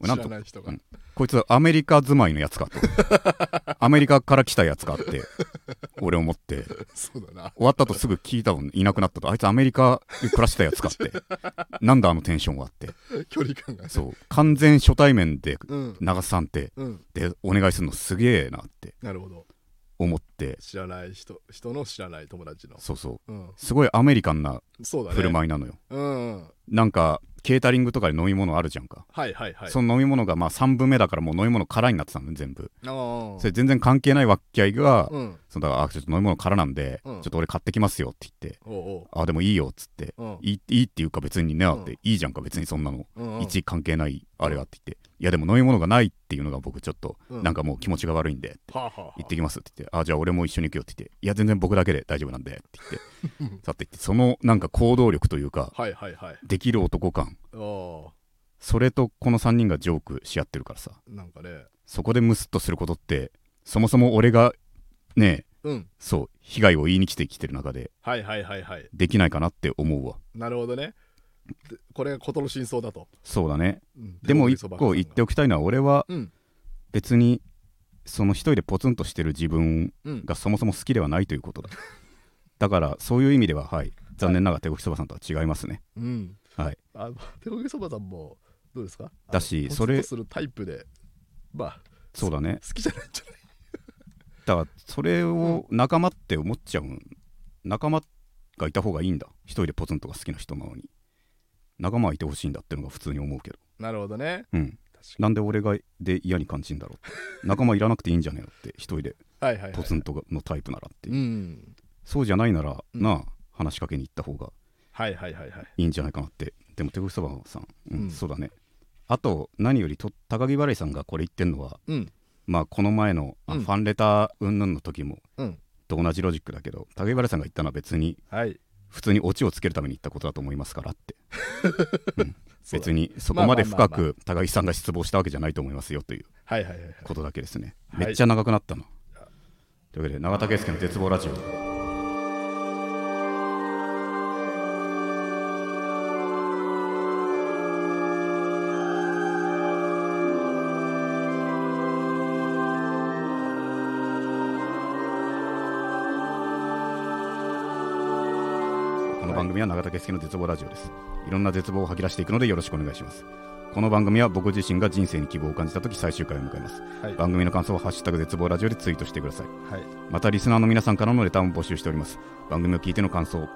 [SPEAKER 1] なん
[SPEAKER 2] 知ら
[SPEAKER 1] と
[SPEAKER 2] ない人が
[SPEAKER 1] うんこいつアメリカ住まいのやつかとアメリカから来たやつかって俺思って
[SPEAKER 2] そうだな
[SPEAKER 1] 終わったとすぐ聞いたのいなくなったとあいつアメリカで暮らしてたやつか ってなんだあのテンションはって
[SPEAKER 2] 距離感がね
[SPEAKER 1] そう完全初対面で
[SPEAKER 2] うん
[SPEAKER 1] 長瀬さんって
[SPEAKER 2] うん
[SPEAKER 1] でお願いするのすげえなって
[SPEAKER 2] なるほど
[SPEAKER 1] 思って
[SPEAKER 2] 知らない人人の知らない友達の
[SPEAKER 1] そうそう
[SPEAKER 2] うん
[SPEAKER 1] すごいアメリカンな
[SPEAKER 2] そうだね
[SPEAKER 1] 振る舞いなのよ、
[SPEAKER 2] うん
[SPEAKER 1] なんかケータリングとかで飲み物あるじゃんか、
[SPEAKER 2] はいはいはい
[SPEAKER 1] その飲み物がまあ3分目だからもう飲み物空になってたのね全部
[SPEAKER 2] あー
[SPEAKER 1] それ全然関係ないわっきゃいが、
[SPEAKER 2] うん
[SPEAKER 1] そのだからあちょっと飲み物空なんで、
[SPEAKER 2] うん
[SPEAKER 1] ちょっと俺買ってきますよって言って
[SPEAKER 2] おう
[SPEAKER 1] あでもいいよっつって、
[SPEAKER 2] おう
[SPEAKER 1] いいいいっていうか別にね
[SPEAKER 2] うん
[SPEAKER 1] って、いいじゃんか別にそんなの、
[SPEAKER 2] うんうん
[SPEAKER 1] 一関係ないあれがって言って、いやでも飲み物がないっていうのが僕ちょっと、
[SPEAKER 2] うん
[SPEAKER 1] なんかもう気持ちが悪いんで
[SPEAKER 2] はあはあはあ
[SPEAKER 1] 行ってきますって言って、あ、じゃあ俺も一緒に行くよって言って、いや、全然僕だけで大丈夫なんでって言って、さって言って、そのなんか行動力というか、
[SPEAKER 2] はいはいはい
[SPEAKER 1] できる男感、
[SPEAKER 2] あ
[SPEAKER 1] それとこの3人がジョークし合ってるからさ、
[SPEAKER 2] あなんかね
[SPEAKER 1] そこでムスッとすることって、そもそも俺がね、
[SPEAKER 2] うん
[SPEAKER 1] そう、被害を言いに来てきてる中で、
[SPEAKER 2] はいはいはいはい
[SPEAKER 1] できないかなって思うわ。
[SPEAKER 2] なるほどねでこれが事の真相だと、
[SPEAKER 1] そうだね。
[SPEAKER 2] うん
[SPEAKER 1] でも
[SPEAKER 2] 手
[SPEAKER 1] 一
[SPEAKER 2] 作りそば
[SPEAKER 1] 個言っておきたいのは、俺は
[SPEAKER 2] うん
[SPEAKER 1] 別に、その一人でポツンとしてる自分
[SPEAKER 2] うん
[SPEAKER 1] がそもそも好きではないということだ。だから、そういう意味では、はい、残念ながら手こきそばさんとは違いますね。
[SPEAKER 2] うん
[SPEAKER 1] はい、
[SPEAKER 2] あの手こぎそばさんもどうですか
[SPEAKER 1] だし
[SPEAKER 2] あの
[SPEAKER 1] それ
[SPEAKER 2] ポツンとするタイプでまあ
[SPEAKER 1] そうだね。
[SPEAKER 2] 好きじゃないんじゃない
[SPEAKER 1] だからそれを仲間って思っちゃう仲間がいた方がいいんだ一人でポツンとか好きな人なのに仲間はいてほしいんだってのが普通に思うけど
[SPEAKER 2] なるほどね
[SPEAKER 1] うん
[SPEAKER 2] 確か
[SPEAKER 1] なんで俺がで嫌に感じんだろうって仲間いらなくていいんじゃねえのって一人で
[SPEAKER 2] にはいはい、はい、
[SPEAKER 1] ポツンとのタイプならっていう
[SPEAKER 2] うん
[SPEAKER 1] そうじゃないなら
[SPEAKER 2] うん
[SPEAKER 1] なあ話しかけに行った方が
[SPEAKER 2] はいはいはいはい
[SPEAKER 1] いいんじゃないかなってでも手口そばさん、うん
[SPEAKER 2] うん
[SPEAKER 1] そうだねあと何よりと高木バレーさんがこれ言ってんのは
[SPEAKER 2] うん
[SPEAKER 1] まあこの前の、あ
[SPEAKER 2] うん
[SPEAKER 1] ファンレター云々の時も
[SPEAKER 2] うん
[SPEAKER 1] と同じロジックだけど高木原さんが言ったのは別に
[SPEAKER 2] はい
[SPEAKER 1] 普通にオチをつけるために言ったことだと思いますからって
[SPEAKER 2] そうだ
[SPEAKER 1] 別にそこまで
[SPEAKER 2] まあ
[SPEAKER 1] 深
[SPEAKER 2] まあまあ
[SPEAKER 1] く高木さんが失望したわけじゃないと思いますよという
[SPEAKER 2] はいはいはいはい
[SPEAKER 1] ことだけですね、
[SPEAKER 2] はい
[SPEAKER 1] めっちゃ長くなったなというわけで永田圭介の絶望ラジオこの番組は永田圭介の絶望ラジオですいろんな絶望を吐き出していくのでよろしくお願いしますこの番組は僕自身が人生に希望を感じた時最終回を迎えます
[SPEAKER 2] はい
[SPEAKER 1] 番組の感想は「ハッシュタグ絶望ラジオ」でツイートしてください
[SPEAKER 2] はい
[SPEAKER 1] またリスナーの皆さんからのレターも募集しております番組を聞いての感想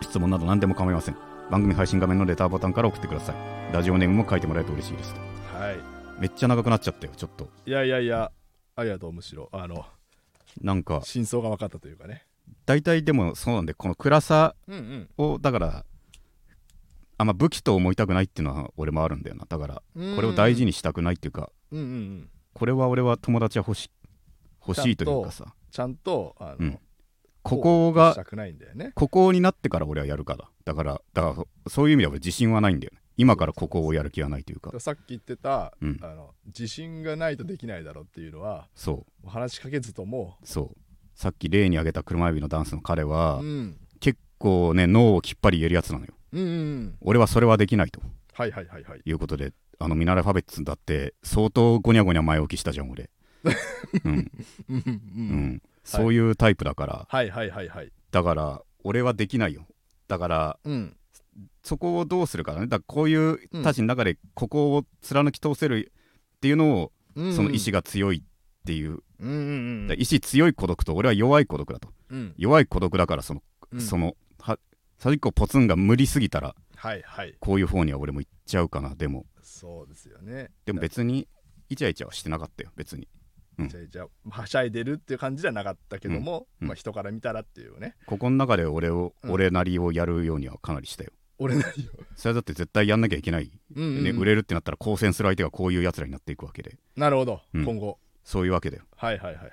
[SPEAKER 1] 質問など何でも構いません番組配信画面のレターボタンから送ってくださいラジオネームも書いてもらえると嬉しいですと
[SPEAKER 2] は
[SPEAKER 1] めっちゃ長くなっちゃったよちょっと
[SPEAKER 2] いいやいやいやありがとうむしろあの
[SPEAKER 1] なんか
[SPEAKER 2] 真相が分かったというかね
[SPEAKER 1] 大体でもそうなんでこの暗さ
[SPEAKER 2] うんうん
[SPEAKER 1] をだからあんま武器と思いたくないっていうのは俺もあるんだよなだからこれを大事にしたくないっていうか
[SPEAKER 2] うんうんうん
[SPEAKER 1] これは俺は友達は欲し欲しいというかさ
[SPEAKER 2] ちゃんとあの、
[SPEAKER 1] うんここが
[SPEAKER 2] したくないんだよね
[SPEAKER 1] ここになってから俺はやるからだからだからそそういう意味では俺自信はないんだよね今からここをやる気はないというか
[SPEAKER 2] さっき言ってた、
[SPEAKER 1] うん
[SPEAKER 2] あの自信がないとできないだろうっていうのは
[SPEAKER 1] そ
[SPEAKER 2] もう話しかけずとも
[SPEAKER 1] うそうさっき例に挙げた車指のダンスの彼
[SPEAKER 2] う
[SPEAKER 1] は、
[SPEAKER 2] ん
[SPEAKER 1] 結構ね脳をきっぱり言えるやつなのよ
[SPEAKER 2] うんうん
[SPEAKER 1] 俺はそれはできないと
[SPEAKER 2] はいはいはいはい
[SPEAKER 1] いうことであのミナルファベッツだって相当ゴニャゴニャ前置きしたじゃん俺 うん、
[SPEAKER 2] うんうん
[SPEAKER 1] うん
[SPEAKER 2] うん
[SPEAKER 1] そういうタイプだから
[SPEAKER 2] はいはいはいはい
[SPEAKER 1] だから俺はできないよだから
[SPEAKER 2] うん
[SPEAKER 1] そこをどうするかだねだからこういうたちの中でここを貫き通せるっていうのを
[SPEAKER 2] うん
[SPEAKER 1] その意志が強いっていう、
[SPEAKER 2] うんうんうん
[SPEAKER 1] だから意志強い孤独と俺は弱い孤独だと
[SPEAKER 2] うん
[SPEAKER 1] 弱い孤独だからその、
[SPEAKER 2] うん
[SPEAKER 1] そのは最っポツンが無理すぎたら
[SPEAKER 2] はいはい
[SPEAKER 1] こういう方には俺も行っちゃうかなでも
[SPEAKER 2] そうですよね
[SPEAKER 1] でも別にイチャイチャはしてなかったよ別にうん
[SPEAKER 2] じゃあじゃあはしゃいでるっていう感じじゃなかったけども、
[SPEAKER 1] うんうん
[SPEAKER 2] まあ、人から見たらっていうね
[SPEAKER 1] ここの中で俺を、
[SPEAKER 2] うん
[SPEAKER 1] 俺なりをやるようにはかなりしたよ
[SPEAKER 2] 俺なりを、
[SPEAKER 1] それだって絶対やんなきゃいけない、
[SPEAKER 2] うんうん
[SPEAKER 1] ね、売れるってなったら交戦する相手がこういうやつらになっていくわけで
[SPEAKER 2] なるほど、
[SPEAKER 1] うん
[SPEAKER 2] 今後
[SPEAKER 1] そういうわけだよ
[SPEAKER 2] はいはいはいはい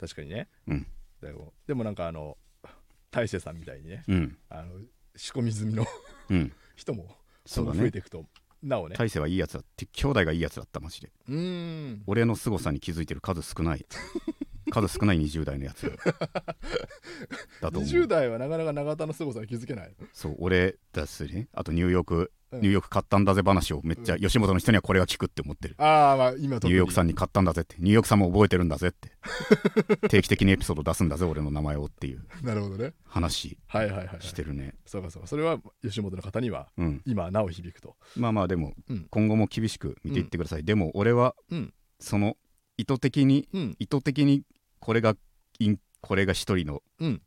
[SPEAKER 2] 確かにね、
[SPEAKER 1] うん
[SPEAKER 2] でもでもなんかあの大勢さんみたいにね
[SPEAKER 1] うん
[SPEAKER 2] あの仕込み済みの
[SPEAKER 1] うん
[SPEAKER 2] 人も
[SPEAKER 1] そうだ
[SPEAKER 2] 今後増え
[SPEAKER 1] ね
[SPEAKER 2] ていくと、なおね
[SPEAKER 1] 大勢はいいやつだって兄弟がいいやつだったマジで
[SPEAKER 2] うーん
[SPEAKER 1] 俺の凄さに気づいてる数少ない数少ない20代のやつだと思
[SPEAKER 2] 20
[SPEAKER 1] う
[SPEAKER 2] 代はなかなか永田の凄さに気づけない
[SPEAKER 1] そう俺だしねあとニューヨーク、
[SPEAKER 2] うん
[SPEAKER 1] ニューヨーク買ったんだぜ話をめっちゃ吉本の人にはこれが効くって思ってる
[SPEAKER 2] ああまあ今
[SPEAKER 1] ニューヨークさんに買ったんだぜってニューヨークさんも覚えてるんだぜって定期的にエピソード出すんだぜ俺の名前をっていう
[SPEAKER 2] なるほどね
[SPEAKER 1] 話
[SPEAKER 2] はいはいはい、はい、
[SPEAKER 1] してるね
[SPEAKER 2] そうかそうかそれは吉本の方には
[SPEAKER 1] うん
[SPEAKER 2] 今なお響くと
[SPEAKER 1] まあまあでも
[SPEAKER 2] うん
[SPEAKER 1] 今後も厳しく見ていってください、でも俺は
[SPEAKER 2] うん
[SPEAKER 1] その意図的に
[SPEAKER 2] うん
[SPEAKER 1] 意図的にこれがいんこれが一人の
[SPEAKER 2] うん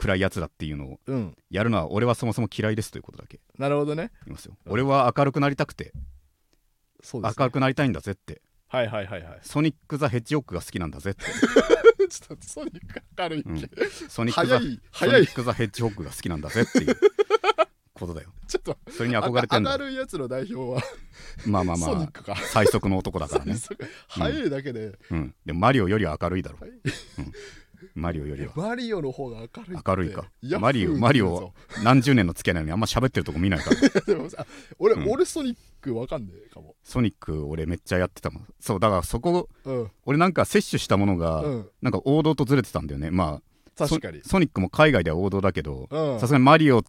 [SPEAKER 1] 暗いやつだっていうのを
[SPEAKER 2] うん
[SPEAKER 1] やるのは俺はそもそも嫌いですということだけ
[SPEAKER 2] なるほどね
[SPEAKER 1] 言いますよ、
[SPEAKER 2] うん
[SPEAKER 1] 俺は明るくなりたくて
[SPEAKER 2] そうです、ね、
[SPEAKER 1] 明るくなりたいんだぜって
[SPEAKER 2] はいはいはいはい
[SPEAKER 1] ソニック・ザ・ヘッジホッグが好きなんだぜって、
[SPEAKER 2] ちょっと待ってソニック明るいっけ、
[SPEAKER 1] うんソニック・
[SPEAKER 2] 早
[SPEAKER 1] ザ・
[SPEAKER 2] い
[SPEAKER 1] ソニ
[SPEAKER 2] 早い
[SPEAKER 1] ック・ザ・ヘッジホッグが好きなんだぜっていうことだよ
[SPEAKER 2] ちょっと
[SPEAKER 1] それに憧れてん
[SPEAKER 2] 明
[SPEAKER 1] だ
[SPEAKER 2] るいやつの代表は、
[SPEAKER 1] まあまあま
[SPEAKER 2] ソニ
[SPEAKER 1] あ
[SPEAKER 2] ックか
[SPEAKER 1] 最速の男だからね、
[SPEAKER 2] そっか早いだけで、
[SPEAKER 1] うん、でもマリオよりは明るいだろ、
[SPEAKER 2] はい
[SPEAKER 1] うんマリオよりは
[SPEAKER 2] マリオの方が明るいって
[SPEAKER 1] 明るいか
[SPEAKER 2] ヤッフー
[SPEAKER 1] マリオマリオ
[SPEAKER 2] って
[SPEAKER 1] は何十年の付き合いなのにあんま喋ってるとこ見ないから
[SPEAKER 2] やつをでもさ 俺、
[SPEAKER 1] うん
[SPEAKER 2] 俺ソニックわかんねえかも
[SPEAKER 1] ソニック俺めっちゃやってたもんそうだからそこ
[SPEAKER 2] うん
[SPEAKER 1] 俺なんか摂取したものが、
[SPEAKER 2] うん
[SPEAKER 1] なんか王道とずれてたんだよねまあ
[SPEAKER 2] 確かに
[SPEAKER 1] ソソニックも海外では王道だけど
[SPEAKER 2] うん
[SPEAKER 1] さすがにマリオ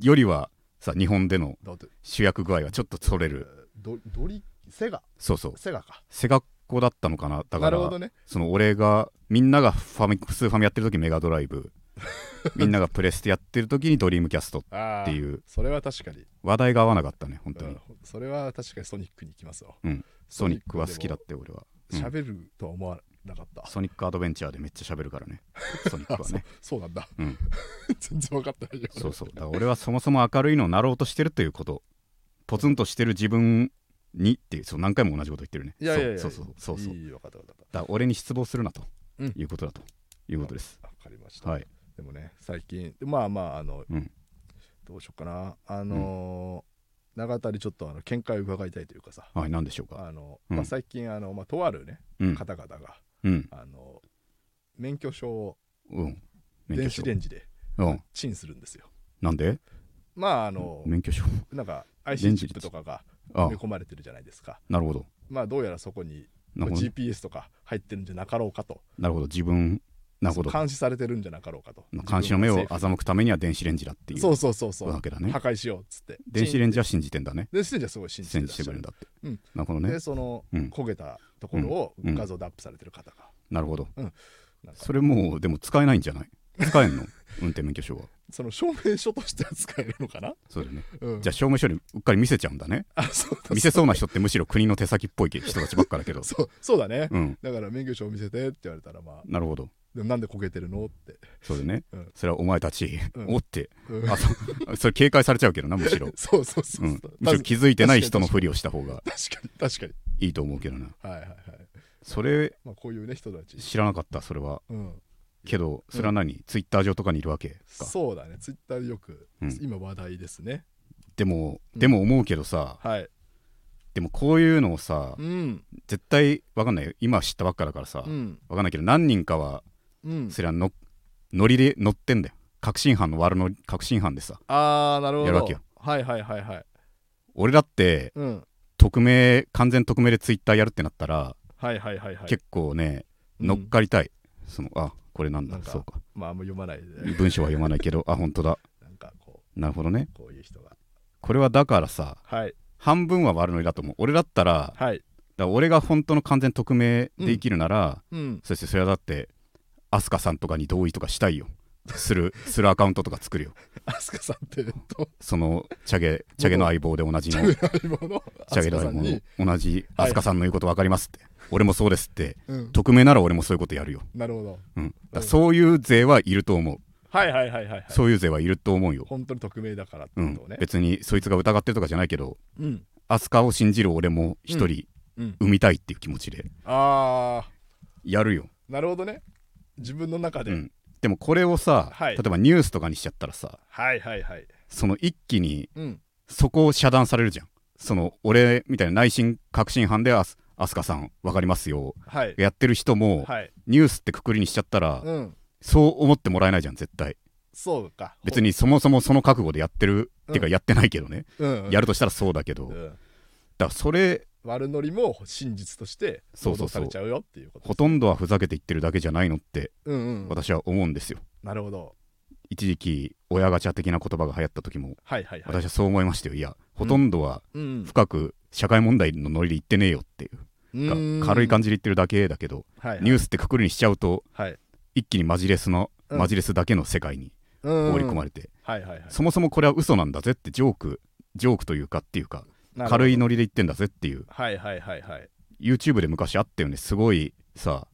[SPEAKER 1] よりはさ日本での
[SPEAKER 2] だって
[SPEAKER 1] 主役具合はちょっとそれる
[SPEAKER 2] ドドリセガ
[SPEAKER 1] そうそう
[SPEAKER 2] セガか
[SPEAKER 1] セガっ子だったのかなだか
[SPEAKER 2] なるほ
[SPEAKER 1] ら、
[SPEAKER 2] どね
[SPEAKER 1] その俺がみんながファミスーファミやってる時メガドライブ みんながプレステやってる時にドリームキャスト
[SPEAKER 2] っ
[SPEAKER 1] っていうう
[SPEAKER 2] それは確かに、
[SPEAKER 1] 話題が合わなかったね本当
[SPEAKER 2] う
[SPEAKER 1] に、
[SPEAKER 2] ん、それは確かにソニックに行きますわ
[SPEAKER 1] うんソニックは好きだっ
[SPEAKER 2] で
[SPEAKER 1] て俺は、う
[SPEAKER 2] も
[SPEAKER 1] ん
[SPEAKER 2] 喋るとは思わなかった、
[SPEAKER 1] ソニックアドベンチャーでめっちゃ喋るからね ソニックはね
[SPEAKER 2] そうなんだ、
[SPEAKER 1] うん
[SPEAKER 2] 全然分かってないよ
[SPEAKER 1] そうそうだから俺はそもそも明るいのになろうとしてるということポツンとしてる自分にっていうそう何回も同じこと言ってるね
[SPEAKER 2] いやいやいや
[SPEAKER 1] そうそうそうそうそうだか
[SPEAKER 2] いい分かった分かっ
[SPEAKER 1] ら俺に失望するなと、
[SPEAKER 2] うん
[SPEAKER 1] いうことだということです、
[SPEAKER 2] た分かりました、
[SPEAKER 1] はい
[SPEAKER 2] でもね最近まあまああの、
[SPEAKER 1] うん
[SPEAKER 2] どうしようかなあのー永田にちょっとあの見解を伺いたいというかさ
[SPEAKER 1] はい何でしょうか
[SPEAKER 2] あの、
[SPEAKER 1] うん
[SPEAKER 2] まあ、最近あの、まあ、とあるね
[SPEAKER 1] うん
[SPEAKER 2] 方々が、
[SPEAKER 1] うん
[SPEAKER 2] あの免許証を
[SPEAKER 1] うん免許
[SPEAKER 2] 電
[SPEAKER 1] 証
[SPEAKER 2] 子レンジで
[SPEAKER 1] うん
[SPEAKER 2] チンするんですよ
[SPEAKER 1] なんで
[SPEAKER 2] まああの
[SPEAKER 1] 免許証
[SPEAKER 2] なんか
[SPEAKER 1] レ
[SPEAKER 2] IC
[SPEAKER 1] ン
[SPEAKER 2] チ
[SPEAKER 1] ジ
[SPEAKER 2] ップとかが
[SPEAKER 1] あ
[SPEAKER 2] 埋め込まれてるじゃないですか
[SPEAKER 1] なるほど
[SPEAKER 2] まあどうやらそこに
[SPEAKER 1] なるほど
[SPEAKER 2] GPS とか入ってるんじゃなかろうかと
[SPEAKER 1] なるほど自分なるほど
[SPEAKER 2] 監視されてるんじゃなかろうかと
[SPEAKER 1] 監視の目を
[SPEAKER 2] 自分がセー
[SPEAKER 1] 欺くためには電子レンジだっていう
[SPEAKER 2] フそうそうそうそう
[SPEAKER 1] わけだね
[SPEAKER 2] 破壊しようっつって
[SPEAKER 1] 電子レ
[SPEAKER 2] ン
[SPEAKER 1] ンジは信じてんだね
[SPEAKER 2] 電子レンジはすごい信じて
[SPEAKER 1] 信
[SPEAKER 2] らっ
[SPEAKER 1] じ
[SPEAKER 2] して
[SPEAKER 1] く
[SPEAKER 2] ゃ
[SPEAKER 1] れる
[SPEAKER 2] る
[SPEAKER 1] んだって、
[SPEAKER 2] うん
[SPEAKER 1] なるほどね
[SPEAKER 2] でその、
[SPEAKER 1] うん
[SPEAKER 2] 焦げたところを
[SPEAKER 1] うん
[SPEAKER 2] 画像でアップされてる方が、
[SPEAKER 1] なるほど
[SPEAKER 2] なんか
[SPEAKER 1] それもうでも使えないんじゃない使え んの運転免許証は
[SPEAKER 2] その証明書としては使えるのかな、
[SPEAKER 1] そうだよね
[SPEAKER 2] うん、
[SPEAKER 1] じゃあ証明書にうっかり見せちゃうんだね
[SPEAKER 2] あそうだ
[SPEAKER 1] 見せそうな人ってむしろ国の手先っぽい人たちばっかだけど
[SPEAKER 2] そうそうだね、
[SPEAKER 1] うん
[SPEAKER 2] だから免許証を見せてって言われたらまあ
[SPEAKER 1] なるほど
[SPEAKER 2] でもなんで焦げてるのって、
[SPEAKER 1] そうだよね、
[SPEAKER 2] うん
[SPEAKER 1] それはお前たち、
[SPEAKER 2] うん
[SPEAKER 1] おって
[SPEAKER 2] うん
[SPEAKER 1] あそそれ警戒されちゃうけど なむしろ、
[SPEAKER 2] そうそうそうう、
[SPEAKER 1] ん
[SPEAKER 2] た、
[SPEAKER 1] むしろ気づいてない人のふりをした方が
[SPEAKER 2] 確かに確かに
[SPEAKER 1] いいと思うけどな
[SPEAKER 2] はいはいはい
[SPEAKER 1] それ
[SPEAKER 2] まあこういうね人たち、
[SPEAKER 1] 知らなかったそれは
[SPEAKER 2] うん、
[SPEAKER 1] けどそれは何、ツイッター上とかにいるわけか
[SPEAKER 2] そうだねツイッターでよく、
[SPEAKER 1] うん
[SPEAKER 2] 今話題ですね
[SPEAKER 1] でも
[SPEAKER 2] うん
[SPEAKER 1] でも思うけどさ、
[SPEAKER 2] はい
[SPEAKER 1] でもこういうのをさ
[SPEAKER 2] うん
[SPEAKER 1] 絶対わかんないよ今知ったばっかだからさ、
[SPEAKER 2] うん
[SPEAKER 1] わかんないけど何人かは
[SPEAKER 2] うん
[SPEAKER 1] それはの、ノリで乗ってんだよ確信犯の悪の確信犯でさ
[SPEAKER 2] ああなるほど
[SPEAKER 1] やるわけよ
[SPEAKER 2] はいはいはいはい
[SPEAKER 1] 俺だって
[SPEAKER 2] うん
[SPEAKER 1] 匿名完全匿名でツイッターやるってなったら、
[SPEAKER 2] はいはいはいはい
[SPEAKER 1] 結構ね
[SPEAKER 2] うん
[SPEAKER 1] 乗っかりたい、そのあこれなんだ
[SPEAKER 2] なんか
[SPEAKER 1] そうか
[SPEAKER 2] まああんま読まないで
[SPEAKER 1] 文章は読まないけどあ本当だ
[SPEAKER 2] なんかこ
[SPEAKER 1] なるほどね
[SPEAKER 2] うこういう人が
[SPEAKER 1] これはだからさ
[SPEAKER 2] はい
[SPEAKER 1] 半分は悪ノリだと思う俺だったらだか
[SPEAKER 2] はい
[SPEAKER 1] ら俺が本当の完全匿名で生きるなら、
[SPEAKER 2] うん
[SPEAKER 1] そしてそれはだって飛鳥さんとかに同意とかしたいよする するアカウントとか作るよ
[SPEAKER 2] 飛鳥さんってと
[SPEAKER 1] そのチャゲチャゲの相棒で同じの
[SPEAKER 2] 相棒の
[SPEAKER 1] チャゲ
[SPEAKER 2] 飛
[SPEAKER 1] の
[SPEAKER 2] 鳥さ
[SPEAKER 1] 相
[SPEAKER 2] ん
[SPEAKER 1] 棒の
[SPEAKER 2] に
[SPEAKER 1] 同じ
[SPEAKER 2] はい
[SPEAKER 1] 飛鳥さんの言うこと分かりますって、俺もそうですって
[SPEAKER 2] うん
[SPEAKER 1] 匿名なら俺もそういうことやるよ、
[SPEAKER 2] なるほど
[SPEAKER 1] うん、だから
[SPEAKER 2] うん
[SPEAKER 1] そういう勢はいると思う、
[SPEAKER 2] はいはいはいはいはい
[SPEAKER 1] そういう勢はいると思うよ、
[SPEAKER 2] 本当に匿名だからって
[SPEAKER 1] う
[SPEAKER 2] こ
[SPEAKER 1] ん
[SPEAKER 2] とをね
[SPEAKER 1] 別にそいつが疑ってるとかじゃないけど
[SPEAKER 2] うん
[SPEAKER 1] 飛鳥を信じる俺も一人
[SPEAKER 2] うん
[SPEAKER 1] 産みたいっていう気持ちで
[SPEAKER 2] あ
[SPEAKER 1] やるよ、
[SPEAKER 2] あなるほどね自分の中
[SPEAKER 1] う
[SPEAKER 2] で
[SPEAKER 1] ん、でもこれをさ、
[SPEAKER 2] はい
[SPEAKER 1] 例えばニュースとかにしちゃったらさ
[SPEAKER 2] はいはいはい
[SPEAKER 1] その一気に
[SPEAKER 2] うん
[SPEAKER 1] そこを遮断されるじゃんその俺みたいな内心確信犯であす飛鳥さん分かりますよ
[SPEAKER 2] はい
[SPEAKER 1] やってる人も
[SPEAKER 2] はい
[SPEAKER 1] ニュースってくくりにしちゃったら
[SPEAKER 2] うん
[SPEAKER 1] そう思ってもらえないじゃん絶対
[SPEAKER 2] そうか
[SPEAKER 1] 別にそもそもその覚悟でやってるって
[SPEAKER 2] うん
[SPEAKER 1] いうかやってないけどね
[SPEAKER 2] うん
[SPEAKER 1] やるとしたらそうだけど
[SPEAKER 2] う
[SPEAKER 1] だか
[SPEAKER 2] ん
[SPEAKER 1] らそれ
[SPEAKER 2] 悪ノリも真実として
[SPEAKER 1] そ
[SPEAKER 2] 報
[SPEAKER 1] うそ
[SPEAKER 2] 道
[SPEAKER 1] うそ
[SPEAKER 2] さ
[SPEAKER 1] う
[SPEAKER 2] れちゃうよっていうこと
[SPEAKER 1] ほとんどはふざけて言ってるだけじゃないのって
[SPEAKER 2] うんうん
[SPEAKER 1] 私は思うんですよ
[SPEAKER 2] なるほど
[SPEAKER 1] 一時期親ガチャ的な言葉が流行った時も
[SPEAKER 2] はいはいはい
[SPEAKER 1] 私はそう思いましたよいやほとんどは
[SPEAKER 2] うんうん
[SPEAKER 1] 深く社会問題のノリで言ってねえよっていう
[SPEAKER 2] う
[SPEAKER 1] か
[SPEAKER 2] ーん
[SPEAKER 1] 軽い感じで言ってるだけだけど
[SPEAKER 2] はいはい
[SPEAKER 1] ニュースってくくりにしちゃうと
[SPEAKER 2] はい
[SPEAKER 1] 一気にマジレスの、
[SPEAKER 2] うん
[SPEAKER 1] マジレスだけの世界に放
[SPEAKER 2] 放
[SPEAKER 1] り込まれて、
[SPEAKER 2] はいはいはい
[SPEAKER 1] そもそもこれは嘘なんだぜってジョークジョークというかっていうか軽い
[SPEAKER 2] の
[SPEAKER 1] ノリで言ってんだぜっていう
[SPEAKER 2] はいはいはいはい
[SPEAKER 1] YouTube で昔あったよねすごいさ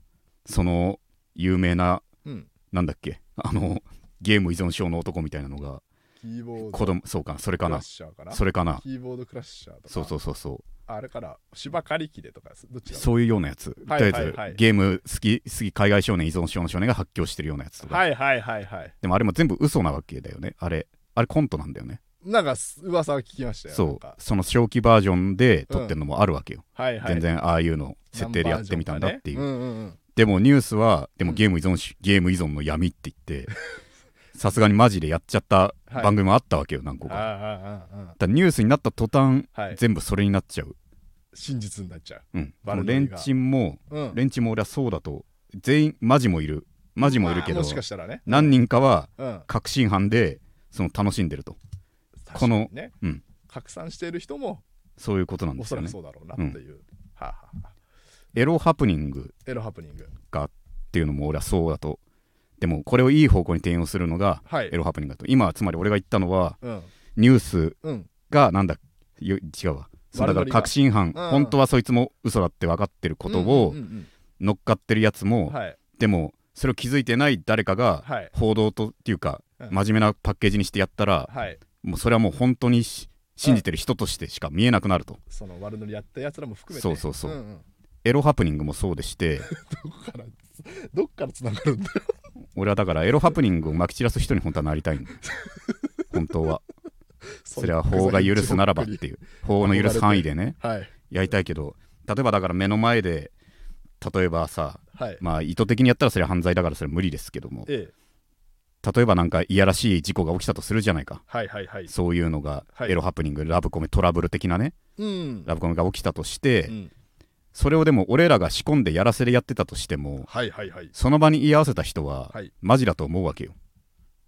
[SPEAKER 1] その有名な
[SPEAKER 2] うん
[SPEAKER 1] なんだっけあのゲーム依存症の男みたいなのが
[SPEAKER 2] キーボード
[SPEAKER 1] 子供そうかそれか
[SPEAKER 2] クラ
[SPEAKER 1] な
[SPEAKER 2] ッシャーかな
[SPEAKER 1] それかな
[SPEAKER 2] キーボードクラッシャーとか
[SPEAKER 1] そうそうそうそう
[SPEAKER 2] あれから芝刈り機でとかどっちだ
[SPEAKER 1] そういうようなやつ、
[SPEAKER 2] はいはい
[SPEAKER 1] とりあえず、
[SPEAKER 2] はい
[SPEAKER 1] ゲーム好き好き海外少年依存症の少年が発狂してるようなやつとか、
[SPEAKER 2] はいはいはいはい
[SPEAKER 1] でもあれも全部嘘なわけだよねあれあれコントなんだよね
[SPEAKER 2] なんかす噂は聞きましたよなん
[SPEAKER 1] そう
[SPEAKER 2] か
[SPEAKER 1] その正気バージョンで撮ってるのもあるわけよ、
[SPEAKER 2] はいはい
[SPEAKER 1] 全然ああいうの設定でやってみたんだっていう、
[SPEAKER 2] ナンバージョンがねうんうんうん
[SPEAKER 1] でもニュースはでも
[SPEAKER 2] うん
[SPEAKER 1] ゲーム依存し、ゲーム依存の闇って言ってさすがにマジでやっちゃった番組もあったわけよ何個か,、
[SPEAKER 2] ああああああ
[SPEAKER 1] だからニュースになった途端、
[SPEAKER 2] はい
[SPEAKER 1] 全部それになっちゃう、
[SPEAKER 2] 真実になっちゃ
[SPEAKER 1] うん、
[SPEAKER 2] バ
[SPEAKER 1] この
[SPEAKER 2] ルド
[SPEAKER 1] レ
[SPEAKER 2] リ
[SPEAKER 1] ン
[SPEAKER 2] が
[SPEAKER 1] チンも
[SPEAKER 2] ううん
[SPEAKER 1] レンチンも俺はそうだと全員マジもいるマジもいるけど、
[SPEAKER 2] まあもしかしたらね
[SPEAKER 1] 何人かは
[SPEAKER 2] うん
[SPEAKER 1] 確信犯でその楽しんでるとこの
[SPEAKER 2] 確かにね
[SPEAKER 1] うん
[SPEAKER 2] 拡散している人も
[SPEAKER 1] そういうことなんで
[SPEAKER 2] お
[SPEAKER 1] す
[SPEAKER 2] そ
[SPEAKER 1] よ
[SPEAKER 2] ら
[SPEAKER 1] ね
[SPEAKER 2] くそうだろうなっていうはあはあはあ
[SPEAKER 1] エロハプニング
[SPEAKER 2] エロハプニング
[SPEAKER 1] っていうのも俺はそうだとでもこれをいい方向に転用するのが
[SPEAKER 2] はい
[SPEAKER 1] エロハプニングだと今つまり俺が言ったのは
[SPEAKER 2] うん
[SPEAKER 1] ニュース
[SPEAKER 2] うん
[SPEAKER 1] がなんだよ違うわそうだか
[SPEAKER 2] 悪ノ
[SPEAKER 1] ら
[SPEAKER 2] リが
[SPEAKER 1] 確信犯、
[SPEAKER 2] うん
[SPEAKER 1] 本当はそいつも嘘だって分かってることを
[SPEAKER 2] うんうん
[SPEAKER 1] 乗っかってるやつ
[SPEAKER 2] う
[SPEAKER 1] も、
[SPEAKER 2] んはい
[SPEAKER 1] でもそれを気づいてない誰かが
[SPEAKER 2] はい
[SPEAKER 1] 報道とっていうか、
[SPEAKER 2] うん
[SPEAKER 1] 真面目なパッケージにしてやったら、
[SPEAKER 2] はい
[SPEAKER 1] もうそれはもう本当にし信じてる人としてしか見えなくなると、
[SPEAKER 2] その悪ノリやったやつらも含めて
[SPEAKER 1] そうそうそう
[SPEAKER 2] うんうん
[SPEAKER 1] エロハプニングもそうでして
[SPEAKER 2] どこからどっからつながるんだ
[SPEAKER 1] 俺はだからエロハプニングをまき散らす人に本当はなりたいの本当 は それは法が許すならばっていう法の許す範囲でね
[SPEAKER 2] はい
[SPEAKER 1] やりたいけど例えばだから目の前で例えばさ
[SPEAKER 2] はい
[SPEAKER 1] まあ意図的にやったらそれは犯罪だからそれは無理ですけども
[SPEAKER 2] ええ
[SPEAKER 1] 例えばなんかいやらしい事故が起きたとするじゃないか
[SPEAKER 2] はいはいはい
[SPEAKER 1] そういうのが
[SPEAKER 2] はい
[SPEAKER 1] エロハプニングラブコメトラブル的なね
[SPEAKER 2] うん
[SPEAKER 1] ラブコメが起きたとして
[SPEAKER 2] うん
[SPEAKER 1] それをでも俺らが仕込んでやらせでやってたとしても
[SPEAKER 2] はいはいはい
[SPEAKER 1] その場に居合わせた人は
[SPEAKER 2] はい
[SPEAKER 1] マジだと思うわけよ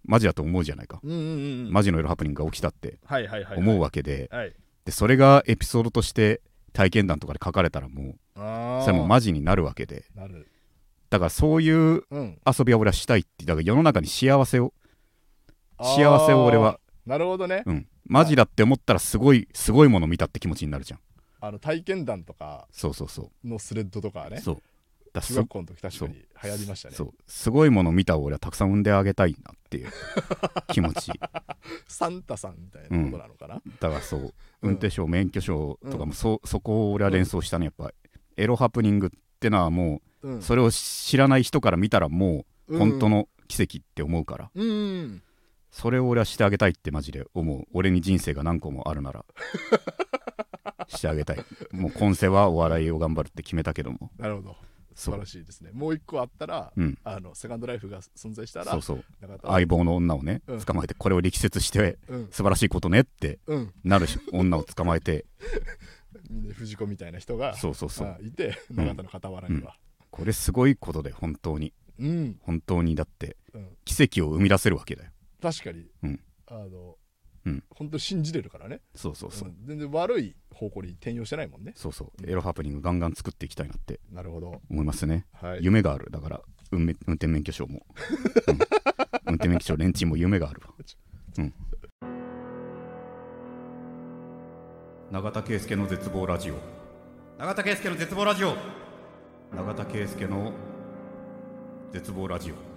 [SPEAKER 1] マジだと思うじゃないか
[SPEAKER 2] うんうんうん
[SPEAKER 1] マジのエロハプニングが起きたって
[SPEAKER 2] はいはいはい
[SPEAKER 1] 思う
[SPEAKER 2] わ
[SPEAKER 1] わけで
[SPEAKER 2] はい
[SPEAKER 1] でそれがエピソードとして体験談とかで書かれたらも
[SPEAKER 2] あ
[SPEAKER 1] う
[SPEAKER 2] あ
[SPEAKER 1] それもマジになるわけで
[SPEAKER 2] なる
[SPEAKER 1] だからそういう
[SPEAKER 2] うん
[SPEAKER 1] 遊びは俺はしたいってだから世の中に幸せを幸せを俺は、
[SPEAKER 2] あーなるほどね
[SPEAKER 1] うん、マジだって思ったらすごいすごいもの見たって気持ちになるじゃん
[SPEAKER 2] あの体験談とか
[SPEAKER 1] そうそうそ
[SPEAKER 2] のスレッドとか
[SPEAKER 1] う
[SPEAKER 2] ね
[SPEAKER 1] そうだ
[SPEAKER 2] 中
[SPEAKER 1] そ
[SPEAKER 2] 学校の時確かに流行りましたね
[SPEAKER 1] そうすごいもの見たを俺はたくさん産んであげたいなっていう気持ち
[SPEAKER 2] サンタさんみたいなことなのかな
[SPEAKER 1] だからそう運転証免許証とかもそ,、そこを俺は連想したねやっぱエロハプニングってのはも
[SPEAKER 2] う
[SPEAKER 1] うんそれを知らない人から見たらもう本当
[SPEAKER 2] の
[SPEAKER 1] の奇跡って思うから、
[SPEAKER 2] うん
[SPEAKER 1] それを俺はしてあげたいってマジで思う俺に人生が何個もあるな らしてあげたいもう今世はお笑いを頑張るって決めたけども
[SPEAKER 2] なるほど素
[SPEAKER 1] そ
[SPEAKER 2] 晴
[SPEAKER 1] う
[SPEAKER 2] らしいですねもう一個あったら
[SPEAKER 1] うん
[SPEAKER 2] あのセカンドライフが存在したら
[SPEAKER 1] そうそう
[SPEAKER 2] なかったら
[SPEAKER 1] 相棒の女をね
[SPEAKER 2] うん
[SPEAKER 1] 捕まえてこれを力説して
[SPEAKER 2] うん
[SPEAKER 1] 素晴らしいことねって
[SPEAKER 2] うん
[SPEAKER 1] なるし女を捕まえて
[SPEAKER 2] 藤子みたいな人が
[SPEAKER 1] そうそうそう
[SPEAKER 2] あいて永田の傍らには
[SPEAKER 1] これすごいことで本当に
[SPEAKER 2] うん
[SPEAKER 1] 本当にだって
[SPEAKER 2] うん
[SPEAKER 1] 奇跡を生み出せるわけだよ
[SPEAKER 2] 確かに
[SPEAKER 1] うん
[SPEAKER 2] あの
[SPEAKER 1] うん
[SPEAKER 2] 本当に信じれるからね
[SPEAKER 1] そうそうそう、
[SPEAKER 2] うん全然悪い方向に転用してないもんね
[SPEAKER 1] そうそうエロハプニングガンガン作っていきたいなって
[SPEAKER 2] なるほど
[SPEAKER 1] 思いますね
[SPEAKER 2] はい
[SPEAKER 1] 夢があるだから運め運転免許証も、うん運転免許証レンチンも夢があるわうん永田圭介の絶望ラジオ永田圭介の絶望ラジオ永田圭介の絶望ラジオ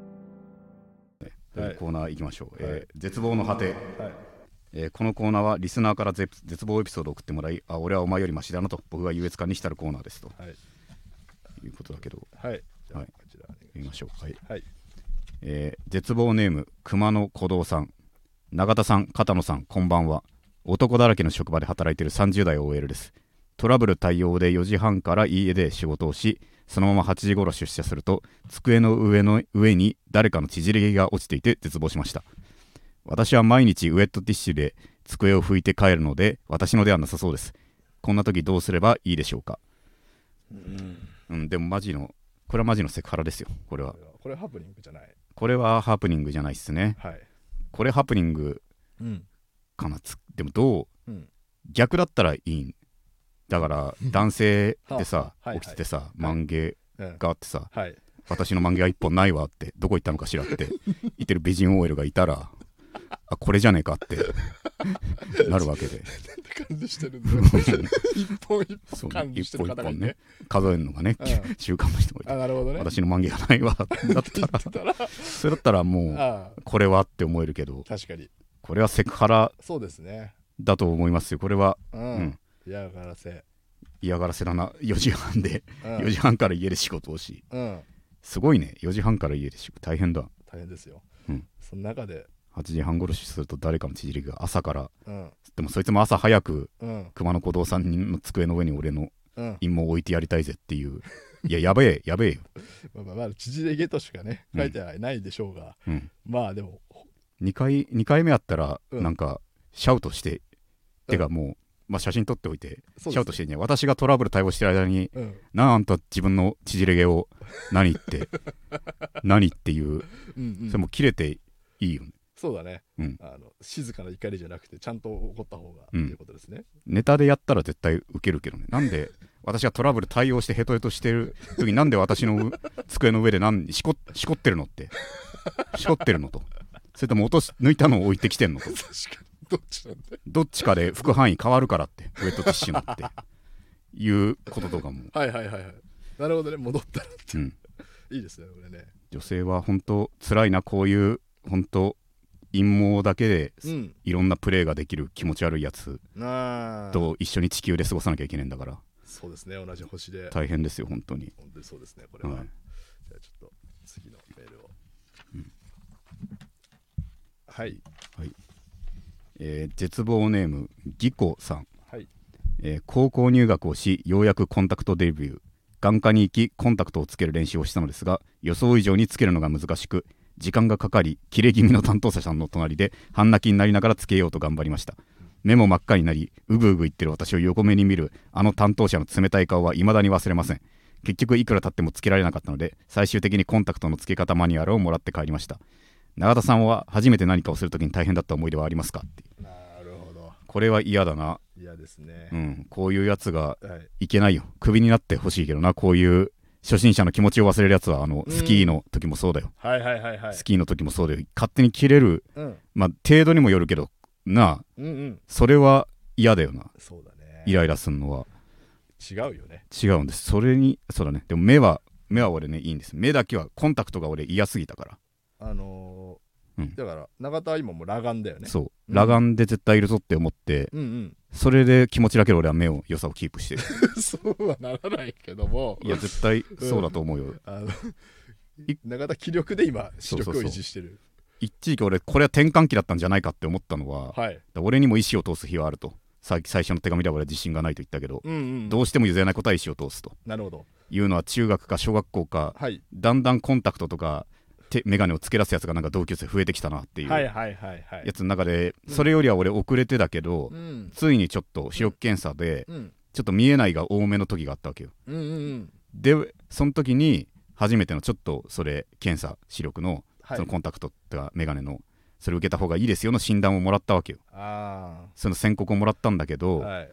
[SPEAKER 1] ねというコーナーいきましょう、
[SPEAKER 2] は
[SPEAKER 1] え
[SPEAKER 2] い
[SPEAKER 1] ー絶望の果て、
[SPEAKER 2] はい
[SPEAKER 1] えーこのコーナーはリスナーから絶絶望エピソードを送ってもらいあ俺はお前よりマシだなと僕が優越感に浸るコーナーですと
[SPEAKER 2] はい
[SPEAKER 1] いうことだけど
[SPEAKER 2] はいじゃあ
[SPEAKER 1] はい
[SPEAKER 2] こちらお願い
[SPEAKER 1] 言いましょうはい、
[SPEAKER 2] はい
[SPEAKER 1] えー絶望ネーム熊野古道さん永田さん片野さんこんばんは男だらけの職場で働いている30代 OL ですトラブル対応で4時半から家で仕事をしそのまま8時頃出社すると机の上の上に誰かの縮れ毛が落ちていて絶望しました私は毎日ウェットティッシュで机を拭いて帰るので私のではなさそうですこんな時どうすればいいでしょうかうん、でもマジのこれはマジのセクハラですよこれは
[SPEAKER 2] これはこれハプニングじゃない
[SPEAKER 1] これはハプニングじゃないっすね
[SPEAKER 2] はい
[SPEAKER 1] これハプニング
[SPEAKER 2] うん
[SPEAKER 1] かなつでもどう
[SPEAKER 2] うん
[SPEAKER 1] 逆だったらいいんだから男性でさ
[SPEAKER 2] はいはい
[SPEAKER 1] 起きててさマンゲ
[SPEAKER 2] うん
[SPEAKER 1] があってさ
[SPEAKER 2] はい
[SPEAKER 1] 私のマンゲが一本ないわってどこ行ったのかしらって 言ってる 美人 OL がいたらあこれじゃねえかってなるわけで
[SPEAKER 2] 管理して るんだよ一本一
[SPEAKER 1] そう
[SPEAKER 2] 本
[SPEAKER 1] ね
[SPEAKER 2] 管理し
[SPEAKER 1] 一
[SPEAKER 2] て
[SPEAKER 1] 本
[SPEAKER 2] る
[SPEAKER 1] 一
[SPEAKER 2] 方がい
[SPEAKER 1] 本
[SPEAKER 2] て、
[SPEAKER 1] ね数えるのがね、
[SPEAKER 2] うん
[SPEAKER 1] 習慣の人もいて
[SPEAKER 2] あなるほどね
[SPEAKER 1] 私の満月がないわだっ
[SPEAKER 2] って言ってたら
[SPEAKER 1] それだったらもう
[SPEAKER 2] あ
[SPEAKER 1] これはって思えるけど
[SPEAKER 2] あ確かに
[SPEAKER 1] これはセクハラ
[SPEAKER 2] そうですね
[SPEAKER 1] だと思いますよこれは、
[SPEAKER 2] うん、
[SPEAKER 1] うん
[SPEAKER 2] 嫌がらせ、
[SPEAKER 1] 嫌がらせだな4時半で
[SPEAKER 2] うん
[SPEAKER 1] 4時半から家で仕事をし
[SPEAKER 2] うん、
[SPEAKER 1] すごいね4時半から家で仕事大変だ
[SPEAKER 2] 大変ですよ、
[SPEAKER 1] うん
[SPEAKER 2] その中で
[SPEAKER 1] 8時半殺しすると誰かの縮りが朝から
[SPEAKER 2] うん
[SPEAKER 1] でもそいつも朝早く
[SPEAKER 2] うん
[SPEAKER 1] 熊野古道さんの机の上に俺の
[SPEAKER 2] うん
[SPEAKER 1] 陰謀を置いてやりたいぜって いういややべえやべえよ、
[SPEAKER 2] まあまあまだ縮れ毛としかね
[SPEAKER 1] うん
[SPEAKER 2] 書いてはないでしょうが、
[SPEAKER 1] うん、
[SPEAKER 2] まあでも
[SPEAKER 1] 2回二回目あったら
[SPEAKER 2] うん
[SPEAKER 1] なんかシャウトして、
[SPEAKER 2] うん
[SPEAKER 1] てかもう、まあ、写真撮っておいてシ
[SPEAKER 2] そうですね
[SPEAKER 1] ャウトしてね私がトラブル対応してる間に
[SPEAKER 2] うん
[SPEAKER 1] なああんた自分の縮れ毛を何言って 何っていう
[SPEAKER 2] うんうん
[SPEAKER 1] それも切れていいよね
[SPEAKER 2] そうだね、
[SPEAKER 1] うん
[SPEAKER 2] あの静かな怒りじゃなくてちゃんと怒った方がっていうことですね、
[SPEAKER 1] ネタでやったら絶対ウケるけどねなんで私がトラブル対応してヘトヘトしてる時になんで私のう机の上で何しこしこってるのってしこってるのとそれとも落とし抜いたのを置いてきてんのと
[SPEAKER 2] 確かにどっちなんだよ
[SPEAKER 1] どっちかで服範囲変わるからってウェットティッシュのっていうこととかも、
[SPEAKER 2] はいはいはいはいなるほどね戻ったらって
[SPEAKER 1] うん、
[SPEAKER 2] いいですねこれね
[SPEAKER 1] 女性は本当辛いなこういう本当陰謀だけで
[SPEAKER 2] うん
[SPEAKER 1] いろんなプレーができる気持ち悪いやつ
[SPEAKER 2] なあ
[SPEAKER 1] と一緒に地球で過ごさなきゃいけないんだから
[SPEAKER 2] そうですね同じ星で
[SPEAKER 1] 大変ですよ本当に
[SPEAKER 2] 本当にそうですねこれは、
[SPEAKER 1] はい
[SPEAKER 2] じゃあちょっと次のメールを、はい
[SPEAKER 1] えー絶望ネームギコさん、
[SPEAKER 2] はい
[SPEAKER 1] えー高校入学をしようやくコンタクトデビュー眼科に行きコンタクトをつける練習をしたのですが予想以上につけるのが難しく時間がかかり切れ気味の担当者さんの隣で半泣きになりながらつけようと頑張りました目も真っ赤になりうぐうぐ言ってる私を横目に見るあの担当者の冷たい顔は未だに忘れません結局いくら経ってもつけられなかったので最終的にコンタクトのつけ方マニュアルをもらって帰りました永田さんは初めて何かをするときに大変だった思い出はありますかっていう
[SPEAKER 2] なるほど
[SPEAKER 1] これは嫌だな、
[SPEAKER 2] 嫌ですね
[SPEAKER 1] う、ん、こういうやつが
[SPEAKER 2] はい
[SPEAKER 1] いけないよクビになってほしいけどなこういう初心者の気持ちを忘れるやつはあの
[SPEAKER 2] うん
[SPEAKER 1] スキーの時もそうだよ、
[SPEAKER 2] はいはいはいはい
[SPEAKER 1] スキーの時もそうだよ勝手に切れる
[SPEAKER 2] うん
[SPEAKER 1] まあ程度にもよるけどなあ
[SPEAKER 2] うんうん
[SPEAKER 1] それは嫌だよな
[SPEAKER 2] そうだね
[SPEAKER 1] イライラするのは
[SPEAKER 2] 違うよね
[SPEAKER 1] 違うんですそれにそうだねでも目は目は俺ねいいんです目だけはコンタクトが俺嫌すぎたから、
[SPEAKER 2] あのー
[SPEAKER 1] うん
[SPEAKER 2] だから永田は今もう裸眼だよね
[SPEAKER 1] そう
[SPEAKER 2] うん
[SPEAKER 1] 裸眼で絶対いるぞって思って
[SPEAKER 2] うん
[SPEAKER 1] それで気持ちだけで俺は目を良さをキープして る
[SPEAKER 2] うんそうはならないけども
[SPEAKER 1] いや絶対そうだと思うよ、
[SPEAKER 2] あの
[SPEAKER 1] い
[SPEAKER 2] 永田気力で今視
[SPEAKER 1] そうそ
[SPEAKER 2] 力
[SPEAKER 1] う
[SPEAKER 2] を
[SPEAKER 1] そう
[SPEAKER 2] 維持してる
[SPEAKER 1] 一時期俺これは転換期だったんじゃないかって思ったのは
[SPEAKER 2] はい
[SPEAKER 1] 俺にも意思を通す日はあるとさ最初の手紙では俺は自信がないと言ったけど、
[SPEAKER 2] うんうん
[SPEAKER 1] どうしても譲れないことは意思を通すと
[SPEAKER 2] なるほど
[SPEAKER 1] いうのは中学か小学校か
[SPEAKER 2] はい
[SPEAKER 1] だんだんコンタクトとか手眼鏡をつけ出すやつがなんか同級生増えてきたなっていう
[SPEAKER 2] はい
[SPEAKER 1] や
[SPEAKER 2] はいはいはい
[SPEAKER 1] つの中でそれよりは俺遅れてだけど、
[SPEAKER 2] うん
[SPEAKER 1] ついにちょっと視力検査で
[SPEAKER 2] うん
[SPEAKER 1] ちょっと見えないが多めの時があったわけよ
[SPEAKER 2] うんうんうん
[SPEAKER 1] でその時に初めてのちょっとそれ検査視力の
[SPEAKER 2] は
[SPEAKER 1] そ
[SPEAKER 2] い
[SPEAKER 1] のコンタクトとか眼鏡のそれ受けた方がいいですよの診断をもらったわけよ
[SPEAKER 2] あ
[SPEAKER 1] その宣告をもらったんだけ
[SPEAKER 2] あ
[SPEAKER 1] ど、
[SPEAKER 2] はい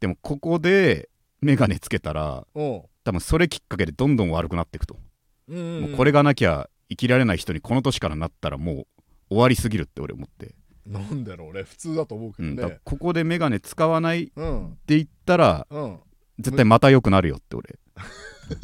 [SPEAKER 1] でもここで眼鏡つけたら
[SPEAKER 2] おう
[SPEAKER 1] 多分それきっかけでどんどん悪くなっていくと、
[SPEAKER 2] うんうんう
[SPEAKER 1] も
[SPEAKER 2] ん
[SPEAKER 1] うこれがなきゃ生きられない人にこの年からなったらもう終わりすぎるって俺思って、
[SPEAKER 2] なんだろうね普通だと思うけ
[SPEAKER 1] う
[SPEAKER 2] ど
[SPEAKER 1] んだから
[SPEAKER 2] ね
[SPEAKER 1] ここで眼鏡使わないって
[SPEAKER 2] うん
[SPEAKER 1] 言ったら
[SPEAKER 2] うん
[SPEAKER 1] 絶対また良くなるよって俺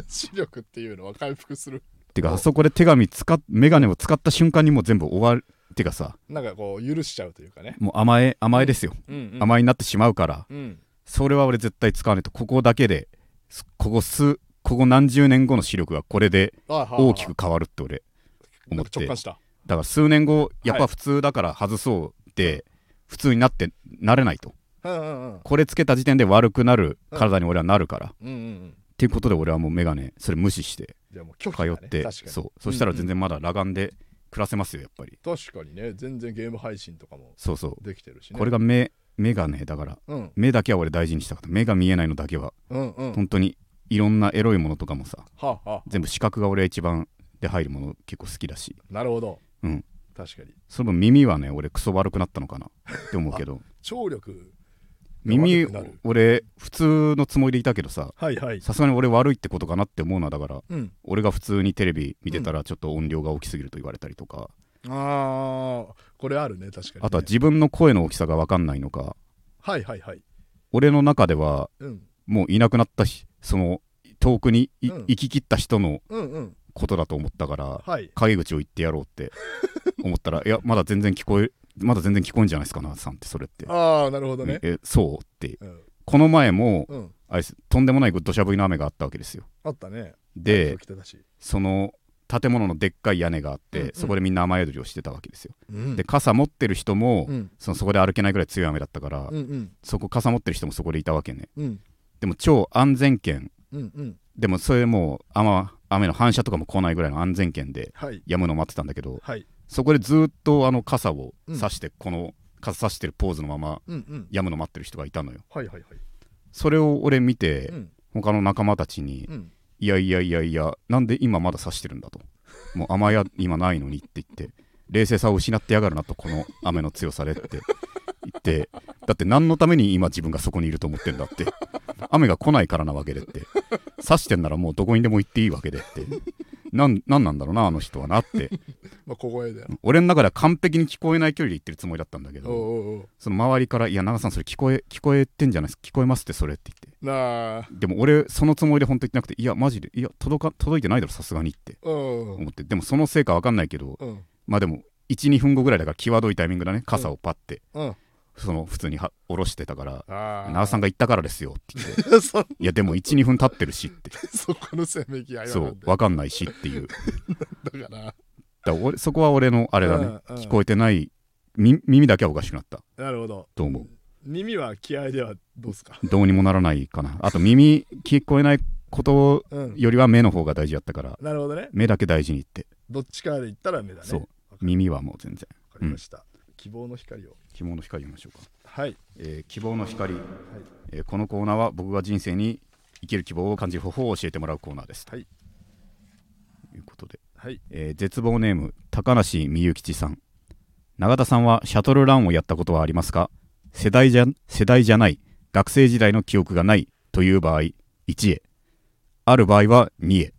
[SPEAKER 2] 視力っていうのは回復する
[SPEAKER 1] てか
[SPEAKER 2] お
[SPEAKER 1] あそこで手紙使っ眼鏡を使った瞬間にもう全部終わるてかさ
[SPEAKER 2] なんかこう許しちゃうというかね
[SPEAKER 1] もう甘え甘えですよ、
[SPEAKER 2] うんうん
[SPEAKER 1] 甘えになってしまうから
[SPEAKER 2] うん
[SPEAKER 1] それは俺絶対使わないとここだけですここ数ここ何十年後の視力がこれで大
[SPEAKER 2] 大
[SPEAKER 1] きく変わるって俺思って
[SPEAKER 2] 直感した
[SPEAKER 1] だから数年後やっ
[SPEAKER 2] は
[SPEAKER 1] ぱ
[SPEAKER 2] い
[SPEAKER 1] 普通だから外そうで、普通になってなれないと
[SPEAKER 2] うんうんうん
[SPEAKER 1] これつけた時点で悪くなる体に俺はなるから、っ
[SPEAKER 2] うんうんうん
[SPEAKER 1] ていうことで俺はもう眼鏡それ無視して
[SPEAKER 2] じゃあもう拒
[SPEAKER 1] 通
[SPEAKER 2] 否だね
[SPEAKER 1] って、
[SPEAKER 2] 確かに
[SPEAKER 1] そうそしたら全然まだ裸眼で暮らせますよやっぱり
[SPEAKER 2] 確かにね全然ゲーム配信とかも
[SPEAKER 1] そうそう、
[SPEAKER 2] できてるしね
[SPEAKER 1] これが目眼鏡だから
[SPEAKER 2] うん
[SPEAKER 1] 目だけは俺大事にしたかった目が見えないのだけは
[SPEAKER 2] うんうんは
[SPEAKER 1] 本当にいろんなエロいものとかもさ
[SPEAKER 2] あはあ
[SPEAKER 1] 全部視覚が俺は一番で入るもの結構好きだし
[SPEAKER 2] なるほど
[SPEAKER 1] うん
[SPEAKER 2] 確かに
[SPEAKER 1] その分耳はね俺クソ悪くなったのかなって思うけ ど
[SPEAKER 2] 聴力
[SPEAKER 1] 耳
[SPEAKER 2] 悪くなる
[SPEAKER 1] 俺普通のつもりでいたけどさ
[SPEAKER 2] はいはい
[SPEAKER 1] さすがに俺悪いってことかなって思うのはだから
[SPEAKER 2] うん
[SPEAKER 1] 俺が普通にテレビ見てたらちょっと音量が大きすぎると言われたりとか、
[SPEAKER 2] ああこれあるね確かにね
[SPEAKER 1] あとは自分の声の大きさが分かんないのか
[SPEAKER 2] はいはいはい
[SPEAKER 1] 俺の中では
[SPEAKER 2] うん
[SPEAKER 1] もういなくなったしその遠くにい
[SPEAKER 2] うん
[SPEAKER 1] 行き切った人の
[SPEAKER 2] うんうん
[SPEAKER 1] ことだと思ったから
[SPEAKER 2] はい
[SPEAKER 1] 陰口を言ってやろうって思ったらいやまだ全然聞こえまだ全然聞こえんじゃないですかなさんってそれって、
[SPEAKER 2] ああなるほどね
[SPEAKER 1] えそうって
[SPEAKER 2] うん、
[SPEAKER 1] この前も
[SPEAKER 2] うん、
[SPEAKER 1] あれですとんでもない土砂降りの雨があったわけですよ
[SPEAKER 2] あったね
[SPEAKER 1] で
[SPEAKER 2] 北だし、
[SPEAKER 1] その建物のでっかい屋根があって、
[SPEAKER 2] うんうん
[SPEAKER 1] そこでみんな雨宿りをしてたわけですよ、
[SPEAKER 2] うん、
[SPEAKER 1] で傘持ってる人も、
[SPEAKER 2] うん
[SPEAKER 1] そのそこで歩けないぐらい強い雨だったから、
[SPEAKER 2] うんうん
[SPEAKER 1] そこ傘持ってる人もそこでいたわけね
[SPEAKER 2] うん
[SPEAKER 1] でも超安全圏
[SPEAKER 2] うんうん
[SPEAKER 1] でもそれもう雨雨の反射とかも来ないぐらいの安全圏で
[SPEAKER 2] はい
[SPEAKER 1] やむのを待ってたんだけど
[SPEAKER 2] はい
[SPEAKER 1] そこでずっとあの傘を差して、この傘差してるポーズのまま
[SPEAKER 2] うんうん
[SPEAKER 1] やむの待ってる人がいたのよ
[SPEAKER 2] はいはいはい
[SPEAKER 1] それを俺見て、
[SPEAKER 2] うん
[SPEAKER 1] 他の仲間たちに、
[SPEAKER 2] うん
[SPEAKER 1] いやいやいやいやなんで今まだ刺してるんだともう雨や今ないのにって言って冷静さを失ってやがるなとこの雨の強さでって言ってだって何のために今自分がそこにいると思ってんだって雨が来ないからなわけでって刺してんならもうどこにでも行っていいわけでってなんなんなんだろうなあの人はなって
[SPEAKER 2] まあ小声だよ
[SPEAKER 1] 俺の中では完璧に聞こえない距離で言ってるつもりだったんだけ
[SPEAKER 2] おう
[SPEAKER 1] ど
[SPEAKER 2] おうおう
[SPEAKER 1] その周りから「いや長さんそれ聞こえ聞こえてんじゃないです聞こえますってそれ」って言って
[SPEAKER 2] なあ
[SPEAKER 1] でも俺そのつもりで本当言ってなくて「いやマジでいや届か届いてないだろさすがに」って
[SPEAKER 2] うんうん
[SPEAKER 1] 思ってでもそのせいか分かんないけど
[SPEAKER 2] うん
[SPEAKER 1] まあでも12分後ぐらいだから際どいタイミングだね傘をパッて、
[SPEAKER 2] うん
[SPEAKER 1] その普通には下ろしてたから「
[SPEAKER 2] ああ
[SPEAKER 1] 長さんが言ったからですよ」って言って
[SPEAKER 2] が そ
[SPEAKER 1] 「いやでも12分経ってるし」って
[SPEAKER 2] そこのせめぎ合い
[SPEAKER 1] そう分かんないしっていうだか
[SPEAKER 2] だから
[SPEAKER 1] ら俺そこは俺のあ
[SPEAKER 2] あ
[SPEAKER 1] れだね
[SPEAKER 2] うんうん、
[SPEAKER 1] 聞こえてないみ耳だけはおかしくなった
[SPEAKER 2] なるほど
[SPEAKER 1] と思う
[SPEAKER 2] 耳は気合ではどうすか
[SPEAKER 1] どうにもならないかなあと耳聞こえないこと
[SPEAKER 2] うん
[SPEAKER 1] よりは目の方が大事だったから
[SPEAKER 2] なるほどね
[SPEAKER 1] 目だけ大事にって
[SPEAKER 2] どっちかで言ったら目だね
[SPEAKER 1] そう
[SPEAKER 2] わかり
[SPEAKER 1] 耳はもう全然
[SPEAKER 2] わかりました、希望の光を
[SPEAKER 1] 希望の光見ましょうか
[SPEAKER 2] はい
[SPEAKER 1] えー希望の光、えーこのコーナーは僕が人生に生きる希望を感じる方法を教えてもらうコーナーです。
[SPEAKER 2] はい
[SPEAKER 1] ということで、
[SPEAKER 2] はい
[SPEAKER 1] えー絶望ネーム高梨美幸吉さん永田さんはシャトルランをやったことはありますか世代じゃ世代じゃない学生時代の記憶がないという場合1へある場合は2へ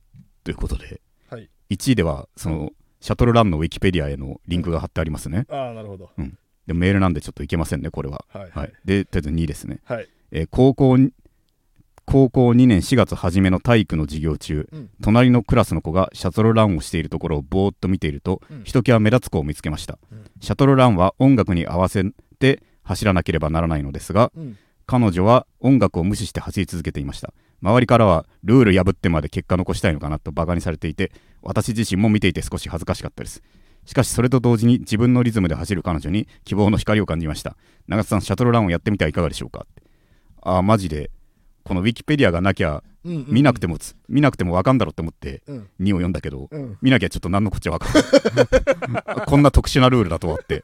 [SPEAKER 1] ということで
[SPEAKER 2] はい
[SPEAKER 1] 1ではそのシャトルランのウィキペディアへのリンクが貼ってありますね
[SPEAKER 2] ああなるほど
[SPEAKER 1] でもメールなんでちょっといけませんねこれは、
[SPEAKER 2] はい
[SPEAKER 1] は
[SPEAKER 2] はいい、
[SPEAKER 1] でとりあえず2ですね
[SPEAKER 2] はい
[SPEAKER 1] えー高校に高校2年4月初めの体育の授業中、
[SPEAKER 2] うん
[SPEAKER 1] 隣のクラスの子がシャトルランをしているところをぼーっと見ていると、
[SPEAKER 2] うん
[SPEAKER 1] ひときわ目立つ子を見つけました、
[SPEAKER 2] うん
[SPEAKER 1] シャトルランは音楽に合わせて走らなければならないのですが
[SPEAKER 2] うん
[SPEAKER 1] 彼女は音楽を無視して走り続けていました周りからはルール破ってまで結果残したいのかなとバカにされていて私自身も見ていて少し恥ずかしかったですしかしそれと同時に自分のリズムで走る彼女に希望の光を感じました長瀬さんシャトルランをやってみてはいかがでしょうかってああマジでこのウィキペディアがなきゃ
[SPEAKER 2] うんうん
[SPEAKER 1] 見なくてもつ、見なくてもわかんだろうって思って
[SPEAKER 2] うん
[SPEAKER 1] 2を読んだけど、
[SPEAKER 2] うん
[SPEAKER 1] 見なきゃちょっと何のこっちゃわかんないこんな特殊なルールだとはって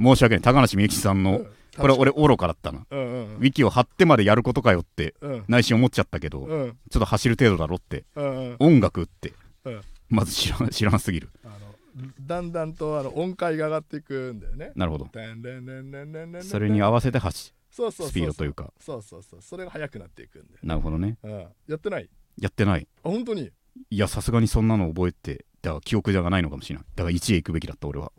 [SPEAKER 1] 申し訳ない高梨美幸さんのこれ俺愚かだったな
[SPEAKER 2] うんう
[SPEAKER 1] ウ
[SPEAKER 2] ん
[SPEAKER 1] ィキを貼ってまでやることかよって
[SPEAKER 2] うん
[SPEAKER 1] 内心思っちゃったけど、ちょ
[SPEAKER 2] うんうん
[SPEAKER 1] っと走る程度だろって
[SPEAKER 2] うん
[SPEAKER 1] 音楽って
[SPEAKER 2] うん
[SPEAKER 1] まず知らん 知らんすぎる
[SPEAKER 2] あのだんだんとあの音階が上がっていくんだよね
[SPEAKER 1] なるほど
[SPEAKER 2] でんでんでんでんでんでんでんでん
[SPEAKER 1] それに合わせて走
[SPEAKER 2] そうそうそうそう
[SPEAKER 1] スピードというか
[SPEAKER 2] そうそうそうそれが速くなっていくんだよ、
[SPEAKER 1] なるほどね
[SPEAKER 2] うん、やってない
[SPEAKER 1] やってない
[SPEAKER 2] あ本当に
[SPEAKER 1] いやさすがにそんなの覚えてだから記憶じゃないのかもしれないだから1へ行くべきだった俺は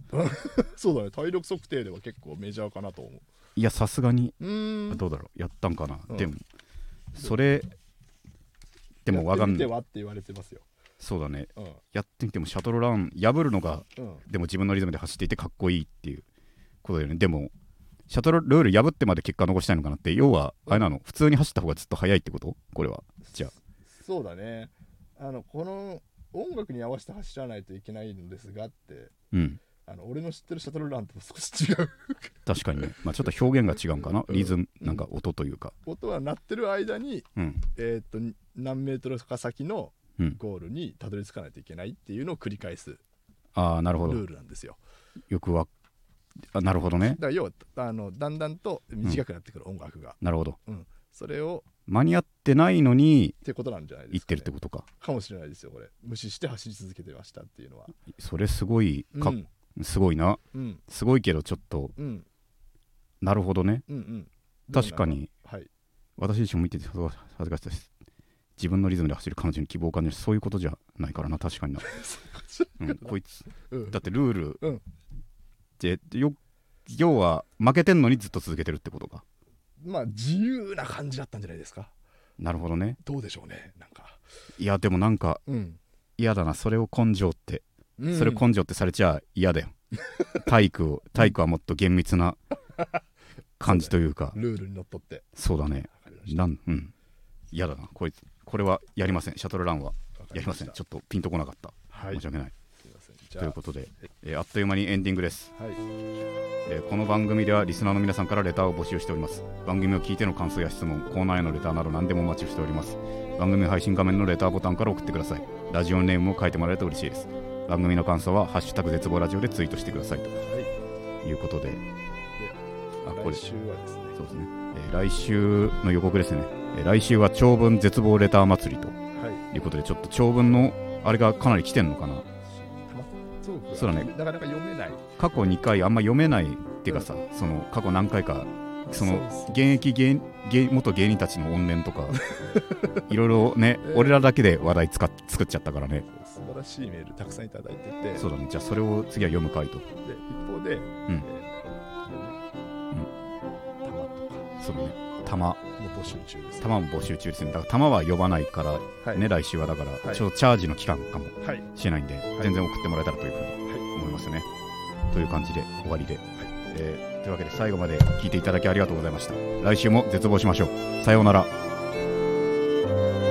[SPEAKER 2] そうだね体力測定では結構メジャーかなと思
[SPEAKER 1] いやさすがに
[SPEAKER 2] ううーん
[SPEAKER 1] どうだろうやったんかな、
[SPEAKER 2] うん
[SPEAKER 1] でもそれでもわ
[SPEAKER 2] 分
[SPEAKER 1] かん
[SPEAKER 2] て
[SPEAKER 1] ない
[SPEAKER 2] はって言われてますよ
[SPEAKER 1] そうだね
[SPEAKER 2] うん
[SPEAKER 1] やってみてもシャトルラン破るのが
[SPEAKER 2] うん
[SPEAKER 1] でも自分のリズムで走っていてかっこいいっていうことだよねでもシャトルルール破ってまで結果残したいのかなって要はあれなの普通に走った方がずっと速いってことこれはじゃあ
[SPEAKER 2] そうだねあのこの音楽に合わせて走らないといけないのですがって
[SPEAKER 1] うん
[SPEAKER 2] あの俺の知ってるシャトルランと少し違う
[SPEAKER 1] 確かにね、まあ、ちょっと表現が違うんかな
[SPEAKER 2] うん
[SPEAKER 1] リズムなんか音というか
[SPEAKER 2] 音は鳴ってる間に
[SPEAKER 1] うん
[SPEAKER 2] えーっと何メートルか先の
[SPEAKER 1] うん
[SPEAKER 2] ゴールにたどり着かないといけないっていうのを繰り返す
[SPEAKER 1] ああなるほ
[SPEAKER 2] ル
[SPEAKER 1] ど
[SPEAKER 2] ールなんですよ
[SPEAKER 1] よくわあなるほどね
[SPEAKER 2] だから要はあのだんだんと短くなってくる音楽が、
[SPEAKER 1] なるほど
[SPEAKER 2] うんそれを
[SPEAKER 1] 間に合ってないのに
[SPEAKER 2] ってことなんじゃないで
[SPEAKER 1] 行っ
[SPEAKER 2] すか、
[SPEAKER 1] て
[SPEAKER 2] ね
[SPEAKER 1] るっ、てことか
[SPEAKER 2] かもしれないですよこれ無視して走り続けてましたっていうのは
[SPEAKER 1] それすごいか
[SPEAKER 2] う
[SPEAKER 1] っ
[SPEAKER 2] ん
[SPEAKER 1] すごいな
[SPEAKER 2] うん
[SPEAKER 1] すごいけどちょっと
[SPEAKER 2] うん
[SPEAKER 1] なるほどね
[SPEAKER 2] うんうん
[SPEAKER 1] 確かに
[SPEAKER 2] はい
[SPEAKER 1] 私自身も見てて恥ずかしいです自分のリズムで走る彼女に希望を感じるそういうことじゃないからな確かにな、うん、こいつ
[SPEAKER 2] うん
[SPEAKER 1] だってルール、
[SPEAKER 2] うん
[SPEAKER 1] でよ要は負けてんのにずっと続けてるってことか
[SPEAKER 2] まあ自由な感じだったんじゃないですか
[SPEAKER 1] なるほどね
[SPEAKER 2] どうでしょうねなんか
[SPEAKER 1] いやでもなんか
[SPEAKER 2] うん、
[SPEAKER 1] 嫌だなそれを根性ってそれ
[SPEAKER 2] こん
[SPEAKER 1] 根性ってされちゃ嫌だよ体育を体育はもっと厳密 な感じというか
[SPEAKER 2] ルールにのっとって
[SPEAKER 1] そうだね
[SPEAKER 2] わかりました
[SPEAKER 1] なんうん嫌だなこいつこれはやりませんシャトルランは
[SPEAKER 2] わか
[SPEAKER 1] やりません
[SPEAKER 2] した
[SPEAKER 1] ちょっとピンとこなかった、
[SPEAKER 2] はい
[SPEAKER 1] 申し訳ない
[SPEAKER 2] すいませんじ
[SPEAKER 1] という
[SPEAKER 2] ゃ
[SPEAKER 1] ことで、えーあっという間にエンディングです
[SPEAKER 2] あはい
[SPEAKER 1] えーこの番組ではリスナーの皆さんからレターを募集しております番組を聞いての感想や質問コーナーへのレターなど何でもお待ちしております番組配信画面のレターボタンから送ってくださいラジオネームを書いてもらえると嬉しいです番組の感想は「ハッシュタグ絶望ラジオ」でツイートしてくださいということであこれ
[SPEAKER 2] 来週はですね
[SPEAKER 1] そうですね、えー来週の予告ですね、えー来週は長文絶望レター祭りと
[SPEAKER 2] はい
[SPEAKER 1] いうことでちょっと長文のあれがかなり来てんのかな
[SPEAKER 2] そうか
[SPEAKER 1] そうだね
[SPEAKER 2] なかなか読めない
[SPEAKER 1] 過去2回あんま読めないっていうかさ、その過去何回かその
[SPEAKER 2] う
[SPEAKER 1] 現役芸芸元芸人たちの怨念と かいろいろね、
[SPEAKER 2] ええ
[SPEAKER 1] 俺らだけで話題使っ作っちゃったからね
[SPEAKER 2] 素晴らしいメールたくさんいただいてて
[SPEAKER 1] そうだねじゃあそれを次は読む回と
[SPEAKER 2] で一方で、えー
[SPEAKER 1] ん
[SPEAKER 2] 玉
[SPEAKER 1] そ
[SPEAKER 2] とか
[SPEAKER 1] のね玉
[SPEAKER 2] も募集中です、
[SPEAKER 1] 玉も募集中ですねだから玉は呼ばないから
[SPEAKER 2] はい
[SPEAKER 1] ね、来週はだから、
[SPEAKER 2] はい
[SPEAKER 1] ちょっとチャージの期間かも
[SPEAKER 2] はい
[SPEAKER 1] しれないんで、
[SPEAKER 2] い
[SPEAKER 1] 全然送ってもらえたらというふう
[SPEAKER 2] はい
[SPEAKER 1] に思いますね、という感じで終わりで、えーというわけで最後まで聞いていただきありがとうございました来週も絶望しましょうさようなら